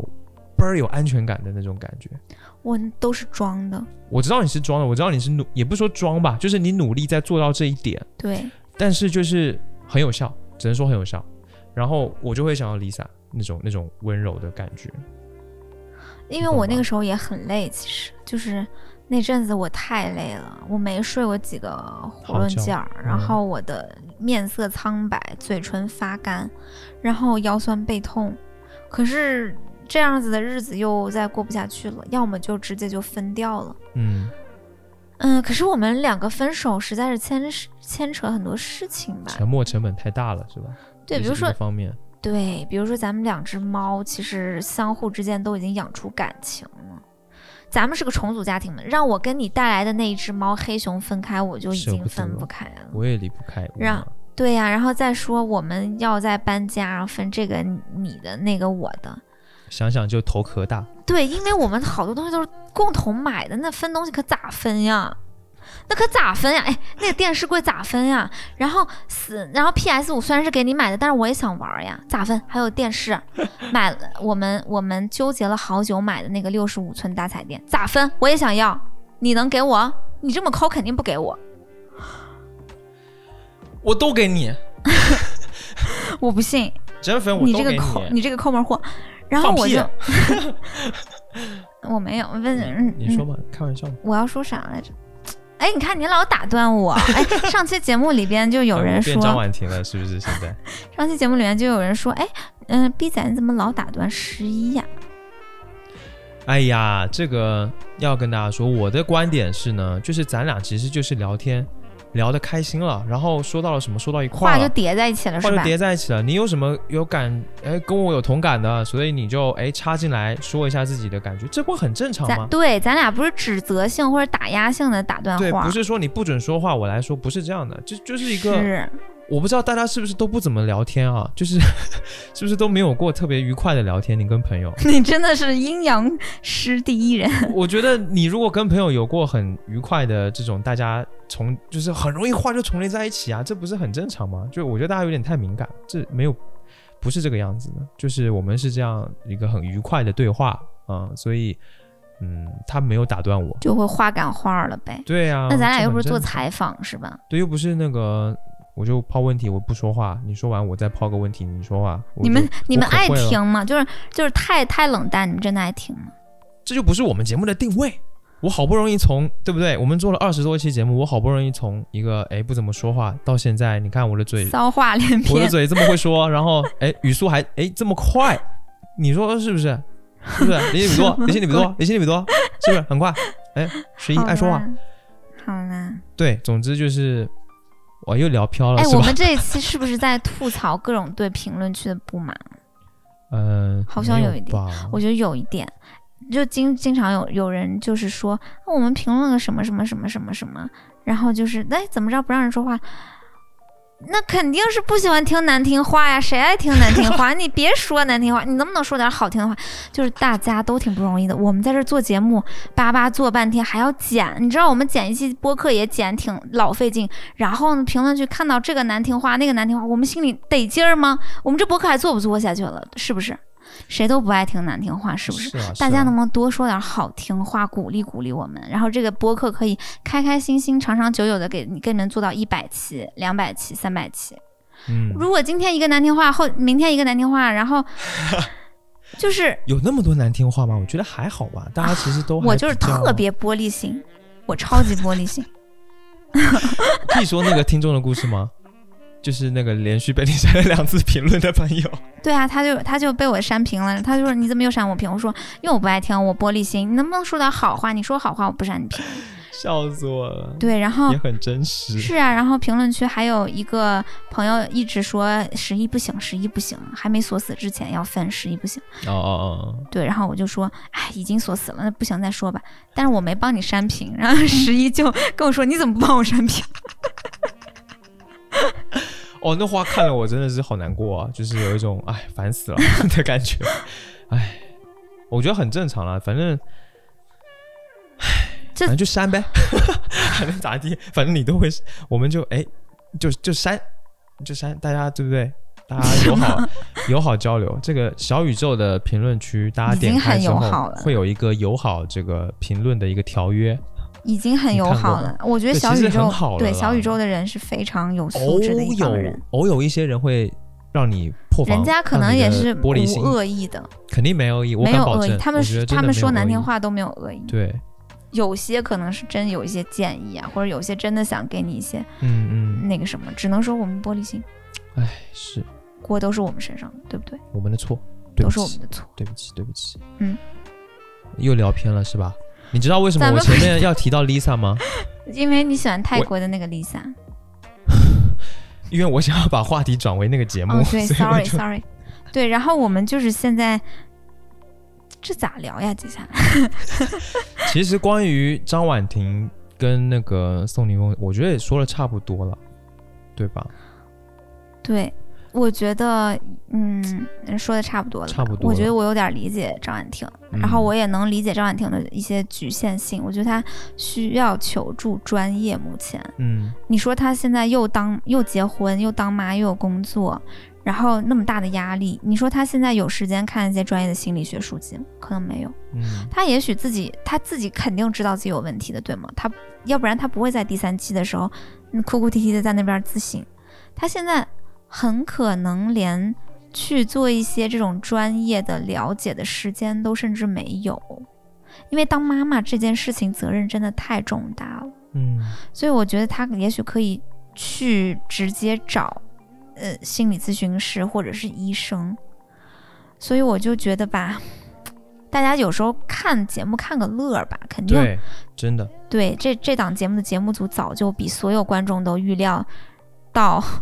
倍儿有安全感的那种感觉。我都是装的。我知道你是装的，我知道你是努，也不是说装吧，就是你努力在做到这一点，对，但是就是很有效，只能说很有效。然后我就会想到 Lisa 那种那种温柔的感觉。因为我那个时候也很累，其实就是那阵子我太累了，我没睡过几个囫囵劲儿好觉，然后我的面色苍白，嘴唇发干，然后腰酸背痛。可是这样子的日子又再过不下去了，要么就直接就分掉了。嗯，嗯，可是我们两个分手实在是牵牵扯很多事情吧？沉默成本太大了，是吧？对，也比是如说一个方面，对，比如说咱们两只猫，其实相互之间都已经养出感情了。咱们是个重组家庭嘛，让我跟你带来的那一只猫黑熊分开，我就已舍经不分得不开了。我也离不开。让对呀、然后再说我们要再搬家，然后分这个你的那个我的。想想就头壳大。对，因为我们好多东西都是共同买的，那分东西可咋分呀？那可咋分呀？哎，那个电视柜咋分呀？然后死，然后 PS 五虽然是给你买的，但是我也想玩呀，咋分？还有电视，买了我们我们纠结了好久买的那个六十五寸大彩电，咋分？我也想要，你能给我？你这么抠肯定不给我，我都给你，我不信。真粉我你都这给个抠，你这个抠门货。然后放我屁啊就， <laughs> 我没有问，嗯，你嗯说吧，开玩笑嘛。我要说啥来着？哎，你看你老打断 <laughs> 我。哎，上期节目里边就有人啊变张说，婉婷了，是不是？现在 <laughs> 上期节目里面就有人说，哎，嗯、b 仔你怎么老打断十一呀？哎呀，这个要跟大家说，我的观点是呢，就是咱俩其实就是聊天，聊得开心了，然后说到了什么，说到一块话儿就了。叠在一起了话是就吧？叠在一起了。你有什么有感？哎，跟我有同感的，所以你就哎插进来说一下自己的感觉，这不很正常咱吗？对，咱俩不是指责性或者打压性的打断对，话，不是说你不准说话，我来说不是这样的，就就是一个是 <laughs> 我不知道大家是不是都不怎么聊天啊， <laughs> 就是是不是都没有过特别愉快的聊天？你跟朋友，你真的是阴阳师第一人， <laughs> 我觉得你如果跟朋友有过很愉快的这种，大家重就是很容易话就重叠在一起啊，这不是很正常吗？就我觉得大家有点太敏感，这没有不是这个样子的，就是我们是这样一个很愉快的对话啊、嗯所以嗯，他没有打断我。就会话赶话了呗。对啊，那咱俩这又不很是做正常采访是吧？对，又不是那个，我就抛问题，我不说话，你说完我再抛个问题，你说话。我你们就你们我可爱会了听吗？就是就是太太冷淡，你们真的爱听吗？这就不是我们节目的定位。我好不容易从对不对？我们做了二十多期节目，我好不容易从一个哎不怎么说话到现在，你看我的嘴，骚话连我的篇，嘴这么会说，然后哎语速还哎这么快，你说是不是？是不是？ <laughs> 离心里比多，离心里比多，离心里比多，是不是很快？哎，十一好啊爱说话啦，。好啦。对，总之就是我又聊飘了，哎，是我吧们？这一期是不是在吐槽各种对评论区的不满？嗯，好像没有一点吧我觉得有一点，就经经常有有人就是说，啊那我们评论个什么什么什么什么什么，然后就是哎怎么着不让人说话，那肯定是不喜欢听难听话呀，谁爱听难听话？ <laughs> 你别说难听话，你能不能说点好听的话？就是大家都挺不容易的，我们在这儿做节目，叭叭做半天还要剪，你知道我们剪一期播客也剪挺老费劲，然后呢评论区看到这个难听话那个难听话，我们心里得劲儿吗？我们这播客还做不做下去了？是不是？谁都不爱听难听话，是不是？是啊大是家啊能不能多说点好听话，鼓励鼓励我们？然后这个播客可以开开心心、长长久久的给你跟你们做到一百期、两百期、三百期。嗯，如果今天一个难听话，后明天一个难听话，然 <laughs> 后就是有那么多难听话吗？我觉得还好吧，大家其实都还我就是比较特别玻璃心，我超级玻璃心。可以说那个听众的故事吗？就是那个连续被你删了两次评论的朋友，对啊，他就他就被我删评了，他就说你怎么又删我评？我说因为我不爱听，我玻璃心。你能不能说点好话？你说好话，我不删你评。笑死我了，对，然后也很真实。哦是啊，然后评论区还有一个朋友一直说十一不行，十一不行，还没锁死之前要分，十一不行。哦哦对，然后我就说，哎，已经锁死了，那不行再说吧。但是我没帮你删评，然后十一就跟我说，你怎么不帮我删评？哦，哦，那话看了我真的是好难过啊，就是有一种哎烦死了的感觉，哎，我觉得很正常啦，反正。唉这反正就删呗， <laughs> 还能咋地？反正你都会，我们就哎，就就删，就删，大家对不对？大家友好友好交流。这个小宇宙的评论区，大家已经点开很之友后好了会有一个友好这个评论的一个条约，已经很你友看过好吗了，我觉得对小其宇实很宙好对了小宇啦宙的人是非常有素偶质的一帮有人，偶有一些人会让你破防，人家可让能你也的是玻璃心无，恶意的，肯定没有恶意，我没敢有保恶意证。，他们我觉是得真他们的没有说恶难听意，话都没有恶意，对，有些可能是真有一些建议啊，或者有些真的想给你一些嗯嗯，那个什么，只能说我们玻璃心，哎，是锅都是我们身上的，对不对？我们的错，对都不是我们起，的错。对不起，对不起，嗯，又聊偏了是吧？你知道为什么咱我们前面要提到 <laughs> Lisa 吗？因为你喜欢泰国的那个 Lisa，因为我想要把话题转为那个节目，哦，对所以我，sorry 就 sorry，对，然后我们就是现在，这咋聊呀？接下来， <laughs> 其实关于张婉婷跟那个宋宁峰，我觉得也说的差不多了，对吧？对，我觉得，嗯，说的差不多了吧，差不多我了觉得我有点理解张婉婷，嗯然后我也能理解张婉婷的一些局限性，我觉得她需要求助专业，目前。嗯，你说她现在又当又结婚又当妈又有工作，然后那么大的压力，你说她现在有时间看一些专业的心理学书籍吗？可能没有。嗯，她也许自己她自己肯定知道自己有问题的，对吗？她要不然她不会在第三期的时候嗯哭哭啼啼的在那边自省。她现在很可能连去做一些这种专业的了解的时间都甚至没有，因为当妈妈这件事情责任真的太重大了。嗯，所以我觉得他也许可以去直接找呃心理咨询师或者是医生。所以我就觉得吧，大家有时候看节目看个乐儿吧，肯定对，真的，对这这档节目的节目组早就比所有观众都预料到 <laughs>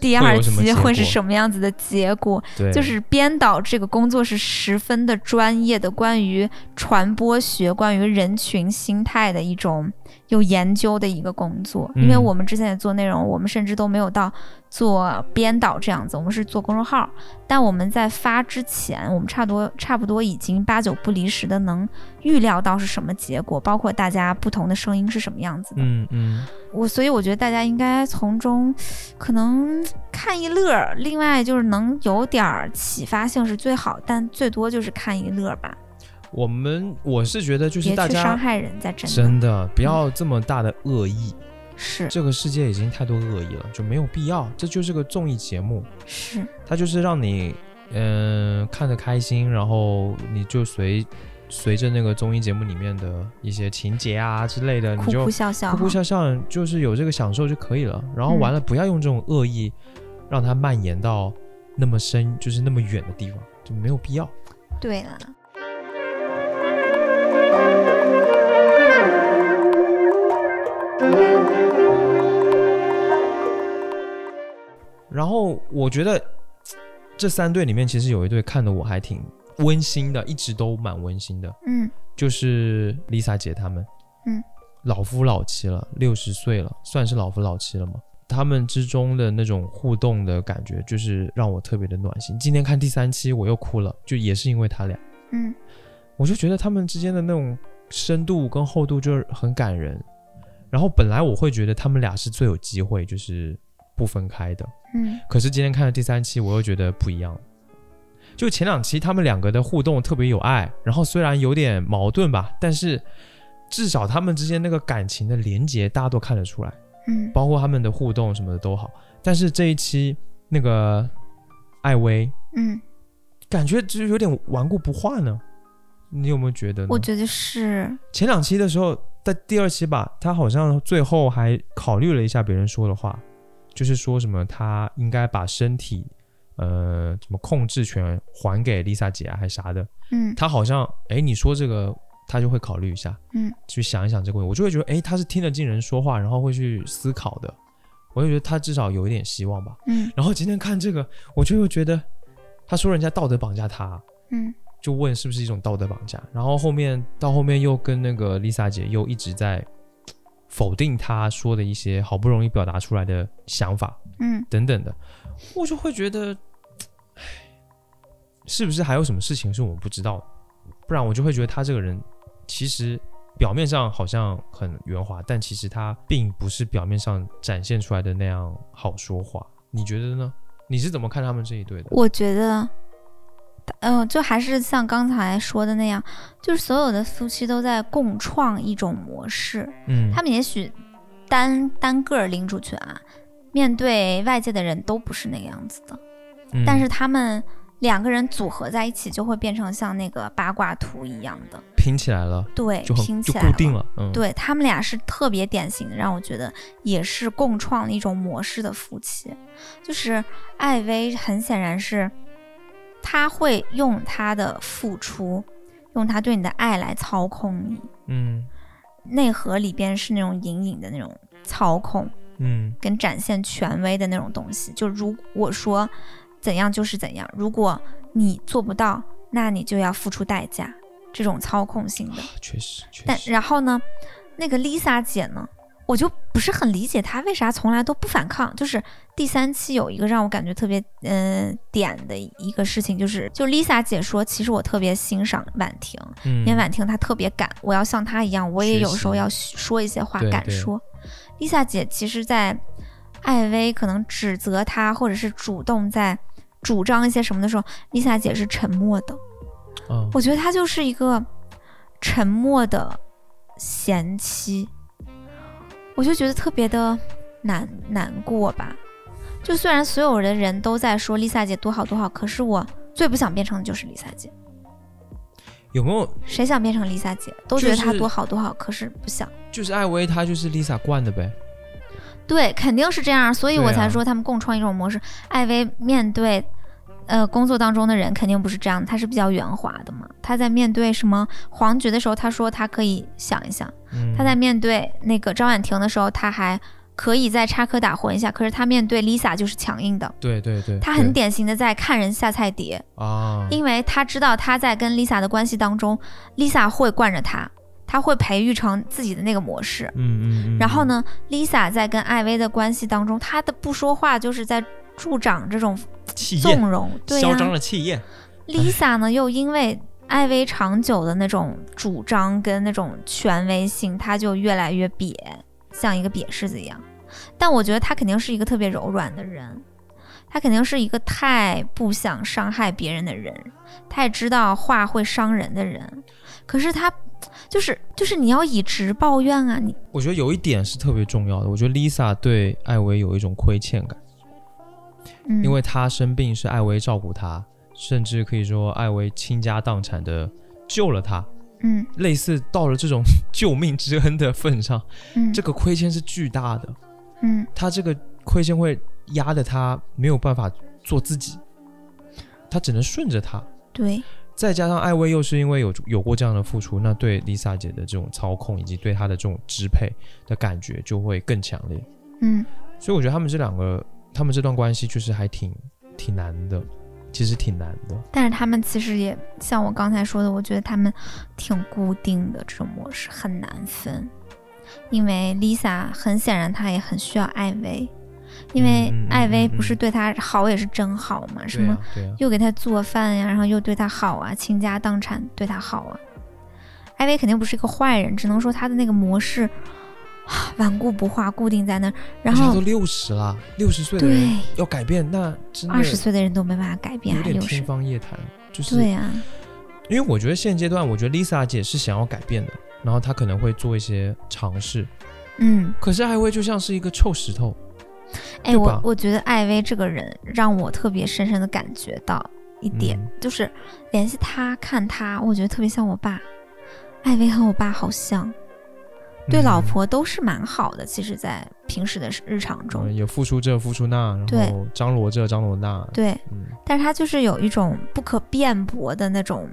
第会二有什么期结会是果什么样子的结果，对，就是编导这个工作是十分的专业的，关于传播学、关于人群心态的一种有研究的一个工作。因为嗯我们之前也做内容，我们甚至都没有到做编导这样子，我们是做公众号。但我们在发之前，我们差不多差不多已经八九不离十的能预料到是什么结果，包括大家不同的声音是什么样子的。嗯嗯，我所以我觉得大家应该从中可能看一乐儿，另外就是能有点儿启发性是最好，但最多就是看一乐儿吧，我们我是觉得就是别大去伤家害人，在真的真的不要这么大的恶意，是这个世界已经太多恶意了，就没有必要。这就是个综艺节目，是它就是让你嗯、看得开心，然后你就随随着那个综艺节目里面的一些情节啊之类的，你哭就哭笑笑哈，哭哭笑笑，就是有这个享受就可以了。然后嗯完了，不要用这种恶意让它蔓延到那么深，就是那么远的地方，就没有必要。对了。然后我觉得，这三对里面，其实有一对看的我还挺温馨的，一直都蛮温馨的，嗯就是 Lisa 姐他们，嗯，老夫老妻了，六十岁了，算是老夫老妻了嘛。他们之中的那种互动的感觉，就是让我特别的暖心。今天看第三期，我又哭了，就也是因为他俩，嗯我就觉得他们之间的那种深度跟厚度就是很感人。然后本来我会觉得他们俩是最有机会，就是不分开的，嗯可是今天看了第三期，我又觉得不一样了。就前两期他们两个的互动特别有爱，然后虽然有点矛盾吧，但是至少他们之间那个感情的连结大家都看得出来，嗯包括他们的互动什么的都好。但是这一期那个艾薇，嗯，感觉就是有点顽固不化呢。你有没有觉得呢？我觉得是，前两期的时候，在第二期吧，他好像最后还考虑了一下别人说的话，就是说什么他应该把身体，呃，什么控制权还给 Lisa 姐啊，还啥的。嗯他好像，哎，你说这个，他就会考虑一下，嗯，去想一想这个问题。我就会觉得，哎，他是听得进人说话，然后会去思考的。我就觉得他至少有一点希望吧。嗯然后今天看这个，我就又觉得，他说人家道德绑架他，啊嗯就问是不是一种道德绑架，然后后面到后面又跟那个 Lisa 姐又一直在嘖否定她说的一些好不容易表达出来的想法嗯等等的，我就会觉得，嘖唉是不是还有什么事情是我们不知道的？不然我就会觉得他这个人其实表面上好像很圆滑，但其实他并不是表面上展现出来的那样好说话。你觉得呢？你是怎么看他们这一对的？我觉得，嗯、就还是像刚才说的那样，就是所有的夫妻都在共创一种模式。嗯他们也许单单个儿拎出去啊，面对外界的人都不是那个样子的，嗯但是他们两个人组合在一起，就会变成像那个八卦图一样的，拼起来了。对，就哎拼很起就来固定了。了，嗯，，对他们俩是特别典型的，让我觉得也是共创了一种模式的夫妻。就是艾薇很显然是，他会用他的付出，用他对你的爱来操控你。嗯内核里边是那种隐隐的那种操控嗯跟展现权威的那种东西。就如我说怎样就是怎样，如果你做不到，那你就要付出代价。这种操控性的，确实确但实，然后呢，那个 Lisa 姐呢，我就不是很理解她为啥从来都不反抗。就是第三期有一个让我感觉特别嗯、呃点的一个事情，就是就 Lisa 姐说，其实我特别欣赏婉婷，嗯因为婉婷她特别敢，我要像她一样，我也学有时候习要说一些话，对敢对说。Lisa 姐其实，在艾薇可能指责她，或者是主动在主张一些什么的时候，Lisa 姐是沉默的。嗯我觉得她就是一个沉默的贤妻，我就觉得特别的难难过吧。就虽然所有的人都在说 Lisa 姐多好多好，可是我最不想变成的就是 Lisa 姐。有没有谁想变成 Lisa 姐，都觉得就她是多好多好，可是不想。就是艾薇她就是 Lisa 惯的呗，对，肯定是这样，所以对啊我才说他们共创一种模式。艾薇面对，呃，工作当中的人肯定不是这样，她是比较圆滑的嘛。她在面对什么黄觉的时候，她说她可以想一想；嗯，她在面对那个张婉婷的时候，她还可以再插科打诨一下。可是她面对 Lisa 就是强硬的，对对对，她很对典型的在看人下菜碟。啊，因为他知道他在跟 Lisa 的关系当中，Lisa 会惯着他，他会培育成自己的那个模式。嗯嗯嗯，然后呢，Lisa 在跟艾薇的关系当中，她的不说话就是在助长这种嗯，气焰，纵容。对呀、嚣张的气焰， l i s a 呢又因为艾薇长久的那种主张跟那种权威性，她就越来越瘪，像一个瘪柿子一样。但我觉得她肯定是一个特别柔软的人，她肯定是一个太不想伤害别人的人，太知道话会伤人的人。可是她就是就是你要以直报怨啊，你我觉得有一点是特别重要的，我觉得 Lisa 对艾薇有一种亏欠感，嗯，因为她生病是艾薇照顾她，甚至可以说艾薇倾家荡产的救了她，嗯类似到了这种 <laughs> 救命之恩的份上，嗯这个亏欠是巨大的，嗯他这个亏欠会压得他没有办法做自己，他只能顺着他。对再加上艾薇又是因为有有过这样的付出，那对 Lisa 姐的这种操控以及对她的这种支配的感觉就会更强烈。嗯所以我觉得他们这两个，他们这段关系确实还挺挺难的。其实挺难的。但是他们其实也像我刚才说的，我觉得他们挺固定的这种模式很难分，因为 Lisa 很显然她也很需要艾薇，因为嗯嗯嗯艾薇嗯不是嗯对她好也是真好嘛，什对么啊，对啊，又给她做饭呀、然后又对她好啊，倾家荡产对她好啊。艾薇肯定不是一个坏人，只能说她的那个模式啊顽固不化，固定在那儿。然而且他后都六十啦，六十岁的人对要改变，那真的二十岁的人都没办法改变有啊，点六天十。方夜谭。就是对啊呀、因为我觉得现阶段，我觉得 Lisa 姐是想要改变的，然后她可能会做一些尝试，嗯，可是艾薇就像是一个臭石头，哎，对我吧我觉得艾薇这个人让我特别深深的感觉到一点，嗯就是联系她看她，我觉得特别像我爸。艾薇和我爸好像，对嗯老婆都是蛮好的，其实，在平时的日常中，嗯有付出这付出那，对然后张罗这张罗那，对，嗯，但是她就是有一种不可辩驳的那种，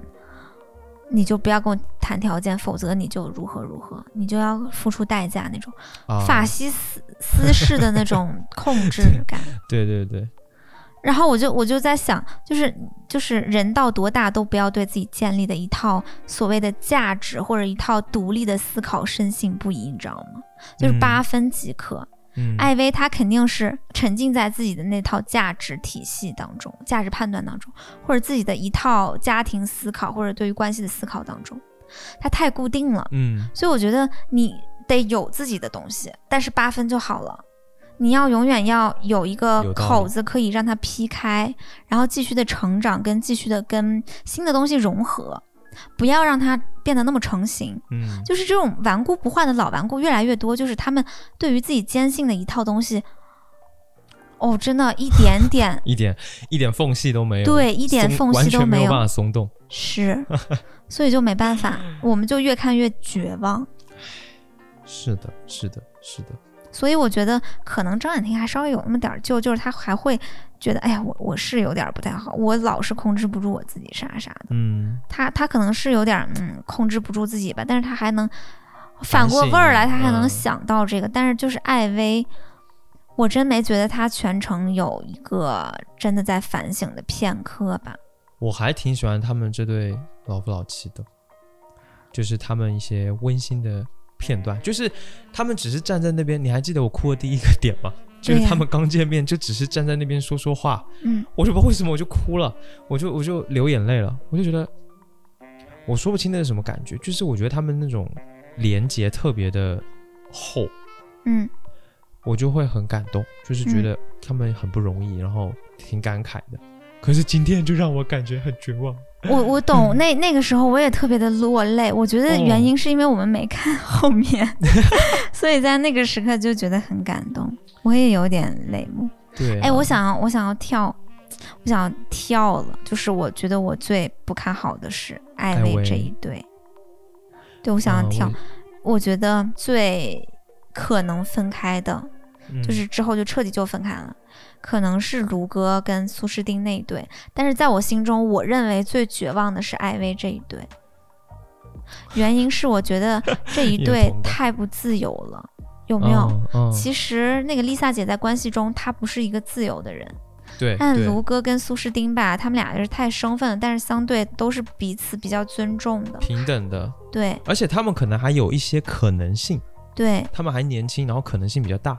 你就不要跟我谈条件，否则你就如何如何，你就要付出代价那种啊，法西斯斯式的那种控制感。对对对，然后我就我就在想，就是就是人到多大都不要对自己建立的一套所谓的价值或者一套独立的思考深信不疑，你知道吗？就是嗯八分即可。嗯，艾薇她肯定是沉浸在自己的那套价值体系当中、价值判断当中，或者自己的一套家庭思考或者对于关系的思考当中，她太固定了。嗯，所以我觉得你得有自己的东西，但是八分就好了。你要永远要有一个有道理口子可以让它劈开，然后继续的成长，跟继续的跟新的东西融合，不要让它变得那么成型。嗯，，就是这种顽固不化的老顽固越来越多，就是他们对于自己坚信的一套东西，哦，真的，一点点 <laughs> 一点一点缝隙都没有，对，一点松缝隙都哎完全没有，办法松动。是，所以就没办 <laughs> 法，我们就越看越绝望。是的，是的，是的，所以我觉得可能张婉婷还稍微有那么点儿旧，就是她还会觉得，哎呀，我我是有点儿不太好，我老是控制不住我自己啥啥的。嗯，她她可能是有点儿嗯控制不住自己吧，但是她还能反反过省味儿来，她还能嗯想到这个。但是就是艾薇，我真没觉得她全程有一个真的在反省的片刻吧。我还挺喜欢他们这对老夫老妻的，就是他们一些温馨的片段，就是他们只是站在那边，你还记得我哭的第一个点吗？就对是呀他们刚见面就只是站在那边说说话，嗯，我就不知道为什么我就哭了，我就我就流眼泪了，我就觉得我说不清那是什么感觉，就是我觉得他们那种连接特别的厚，嗯我就会很感动，就是觉得他们很不容易，然后挺感慨的。可是今天就让我感觉很绝望。 <laughs> 我我嗯懂，那那个时候我也特别的落泪。我觉得哦原因是因为我们没 <laughs> 看后面， <laughs> 所以在那个时刻就觉得很感动。我也有点泪目。对、啊哎，我，想要我想要跳，我想要跳了。就是我觉得我最不看好的是艾艾薇薇这一对。对，我想要啊跳。我我觉得最可能分开的嗯就是之后就彻底就分开了，可能是卢哥跟苏诗丁那一对，但是在我心中，我认为最绝望的是艾薇这一对，原因是我觉 <laughs> 得这一也对同感太不自由了，有没有？嗯嗯其实那个 Lisa 姐在关系中，她不是一个自由的人，对，但对卢哥跟苏诗丁吧，他们俩就是太生分了，但是相对都是彼此比较尊重的，平等的，对而且他们可能还有一些可能性，对，他们还年轻，然后可能性比较大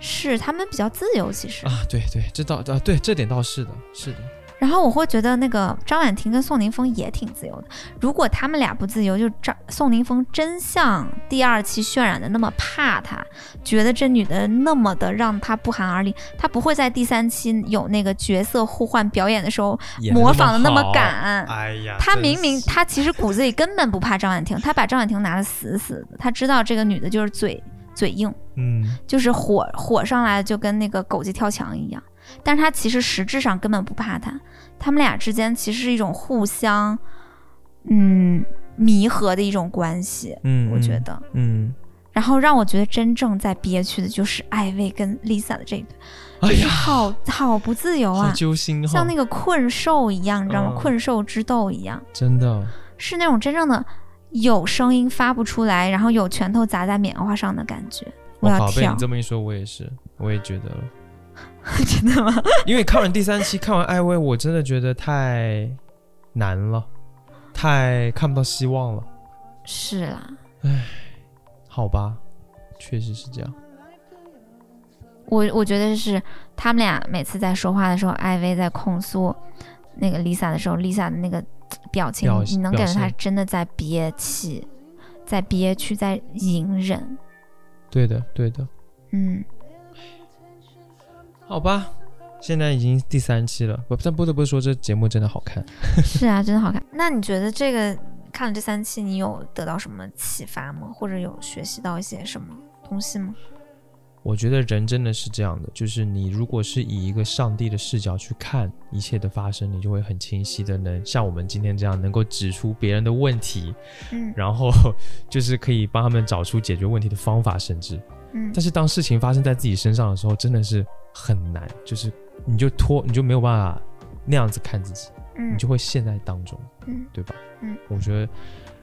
是他们比较自由，其实。啊。对对，这倒啊，对这点倒是的，是的，然后我会觉得那个张婉婷跟宋宁峰也挺自由的。如果他们俩不自由，就张宋宁峰真像第二期渲染的那么怕她，觉得这女的那么的让她不寒而栗，她不会在第三期有那个角色互换表演的时候演得模仿的那么好。赶。哎呀，她真明明是她其实骨子里根本不怕张婉婷，她把张婉婷拿的死死的，她知道这个女的就是嘴嘴硬。嗯，就是火火上来就跟那个狗急跳墙一样，但是他其实实质上根本不怕他，他们俩之间其实是一种互相，嗯，弥合的一种关系，嗯我觉，得。嗯，然后让我觉得真正在憋屈的就是艾薇跟 Lisa 的这一对，嗯哎呀，好好不自由好啊，揪心哦哈，像那个困兽一样，你知道吗？嗯困兽之斗一样，真的，哦是那种真正的有声音发不出来，然后有拳头砸在棉花上的感觉。我哇要靠，被跳你这么一说，我也是，我也觉得了， <laughs> 真的吗？因为看完第三期，看完艾薇，我真的觉得太难了，太看不到希望了。是啦，好吧，确实是这样。我我觉得是他们俩每次在说话的时候，艾薇在控诉那个 Lisa 的时候，Lisa 的那个表情，表你能感表觉现她真的在憋气，在憋屈，在隐忍。对的，对的。嗯，好吧，现在已经第三期了，不，但不得不说，这节目真的好看。是啊，真的好看。那你觉得这个看了这三期，你有得到什么启发吗？或者有学习到一些什么东西吗？我觉得人真的是这样的，就是你如果是以一个上帝的视角去看一切的发生，你就会很清晰的能像我们今天这样，能够指出别人的问题，嗯然后 <laughs> 就是可以帮他们找出解决问题的方法，甚至。嗯但是当事情发生在自己身上的时候，真的是很难，就是你就脱，你就没有办法那样子看自己，嗯你就会陷在当中，嗯对吧？嗯，我觉得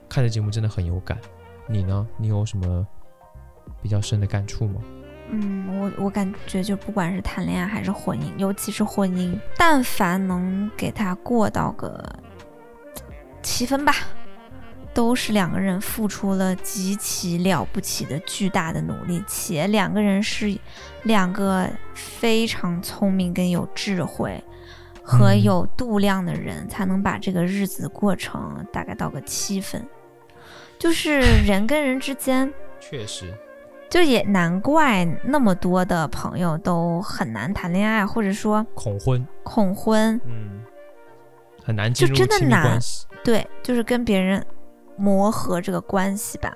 看这节目真的很有感。你呢？你有什么比较深的感触吗？嗯，我我感觉就不管是谈恋爱还是婚姻，尤其是婚姻，但凡能给他过到个七分吧，都是两个人付出了极其了不起的巨大的努力，且两个人是两个非常聪明跟有智慧和嗯有度量的人，才能把这个日子过成大概到个七分。就是人跟人之间，确实，就也难怪那么多的朋友都很难谈恋爱，或者说恐婚，恐婚，嗯，很难进入就真的亲密难关系。对，就是跟别人磨合这个关系吧，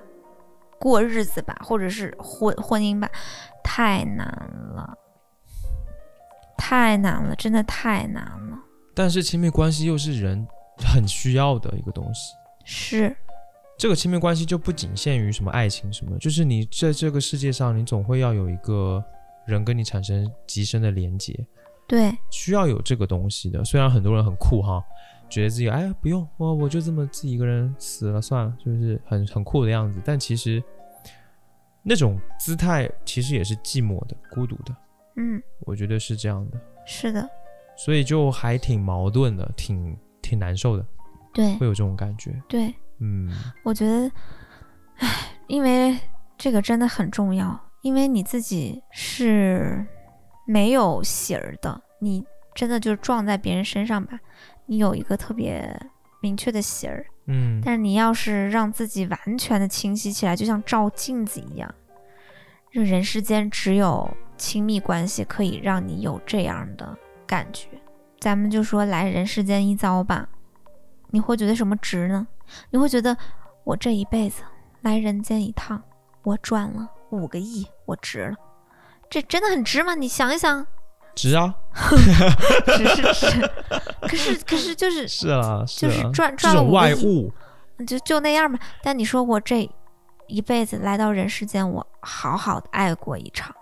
过日子吧，或者是婚婚姻吧，太难了，太难了，真的太难了，但是亲密关系又是人很需要的一个东西。是，这个亲密关系就不仅限于什么爱情什么，就是你在这个世界上，你总会要有一个人跟你产生极深的连接，对，需要有这个东西的。虽然很多人很酷哈，觉得自己哎不用我我就这么自己一个人死了算了，就是很很酷的样子，但其实那种姿态其实也是寂寞的、孤独的，嗯，我觉得是这样的，是的，所以就还挺矛盾的，挺挺难受的，对会有这种感觉，对，嗯，我觉得，唉，因为这个真的很重要，因为你自己是没有喜儿的，你真的就是撞在别人身上吧，你有一个特别明确的喜儿，嗯，但是你要是让自己完全的清晰起来，就像照镜子一样，这人世间只有亲密关系可以让你有这样的感觉。咱们就说来人世间一遭吧，你会觉得什么值呢？你会觉得我这一辈子来人间一趟，我赚了五个亿，我值了。这真的很值吗？你想一想，值啊，值是值， <laughs> 可是可是就是是啊，是就啊，是赚这赚了种五个外亿，物，就就那样吧。但你说我这一辈子来到人世间，我好好的爱过一场，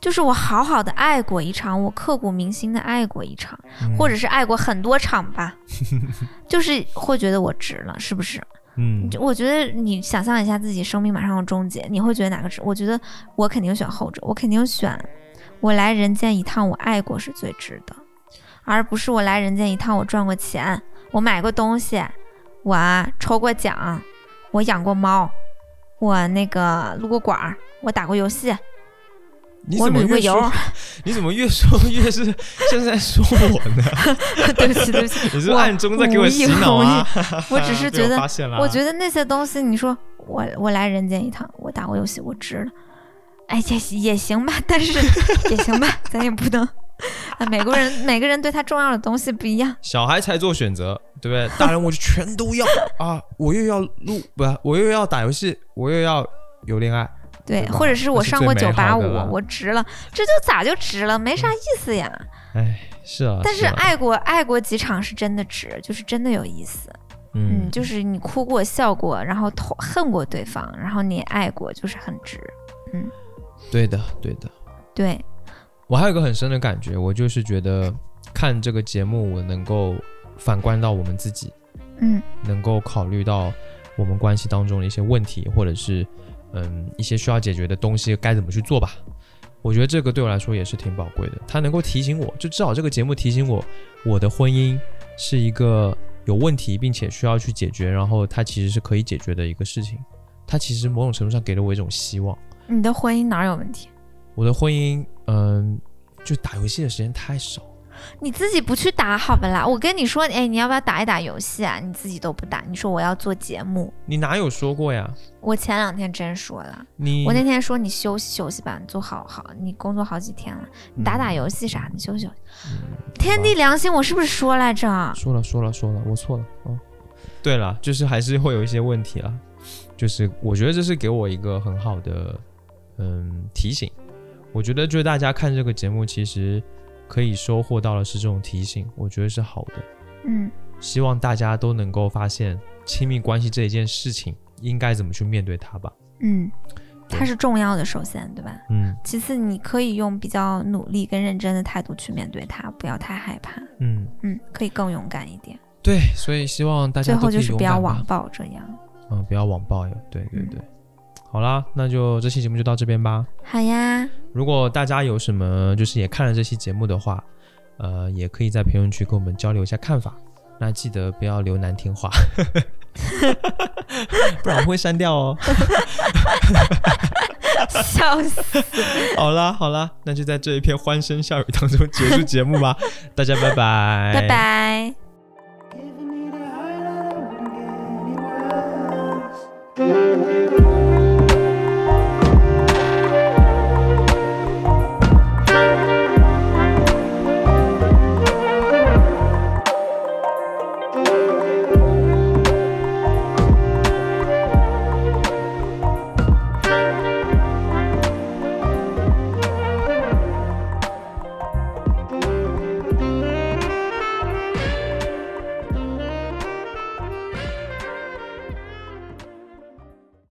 就是我好好的爱过一场，我刻骨铭心的爱过一场，嗯或者是爱过很多场吧，就是会觉得我值了，是不是？嗯，就我觉得你想象一下自己生命马上要终结，你会觉得哪个值？我觉得我肯定选后者，我肯定选我来人间一趟，我爱过是最值的，而不是我来人间一趟，我赚过钱，我买过东西，我啊抽过奖，我养过猫，我那个撸过管儿，我打过游戏，你我怎么旅过越游 <laughs> 说。你怎么越说越是现在说我呢？对不起，对不起， <laughs> 你是我暗中在给我洗脑啊！ <laughs> 我只是觉被得我发现了啊，我觉得那些东西，你说我我来人间一趟，我打过游戏，我值了，哎也也行吧， <laughs> 但是也行 <laughs> 吧，咱也不能，啊，每个人每个人对他重要的东西不一样，小孩才做选择，对不对？大人我就全都要啊！我又要录不，我又要打游戏，我又要有恋爱，对，对吧或者是我那是上最过美九八好五的了，我值了，这就咋就值了，没啥意思呀。哎，是啊。但是啊，爱过爱过几场是真的值，就是真的有意思，嗯，嗯，就是你哭过笑过，然后痛恨过对方，然后你也爱过，就是很值，对的，对的。对，我还有一个很深的感觉，我就是觉得看这个节目，我能够反观到我们自己，嗯能够考虑到我们关系当中的一些问题，或者是嗯一些需要解决的东西该怎么去做吧。我觉得这个对我来说也是挺宝贵的，它能够提醒我，就至少这个节目提醒我，我的婚姻是一个有问题，并且需要去解决，然后它其实是可以解决的一个事情。它其实某种程度上给了我一种希望。你的婚姻哪儿有问题？我的婚姻，嗯，就打游戏的时间太少。你自己不去打好不啦？我跟你说，哎，你要不要打一打游戏啊？你自己都不打，你说我要做节目，你哪有说过呀？我前两天真说了，你我那天说你休息休息吧，你做好好，你工作好几天了，嗯你打打游戏啥，你休息休息。天地良心，我是不是说来着？说了说了说了，我错了。嗯，对了，就是还是会有一些问题啦。就是我觉得这是给我一个很好的嗯提醒。我觉得就是大家看这个节目，其实可以收获到的是这种提醒，我觉得是好的。嗯，希望大家都能够发现亲密关系这一件事情应该怎么去面对它吧。嗯，它是重要的，首先对吧？嗯其次，你可以用比较努力跟认真的态度去面对它，不要太害怕。嗯，嗯，可以更勇敢一点。对，所以希望大家最都后可就以是勇不要敢吧网暴这样。嗯，不要网暴呀。对对嗯对，好啦，那就这期节目就到这边吧。好呀，如果大家有什么就是也看了这期节目的话，呃，也可以在评论区跟我们交流一下看法。那记得不要留难听话， <laughs> 不然我会删掉哦。笑死！好啦好啦，那就在这一片欢声笑语当中结束节目吧，大家拜拜，拜拜。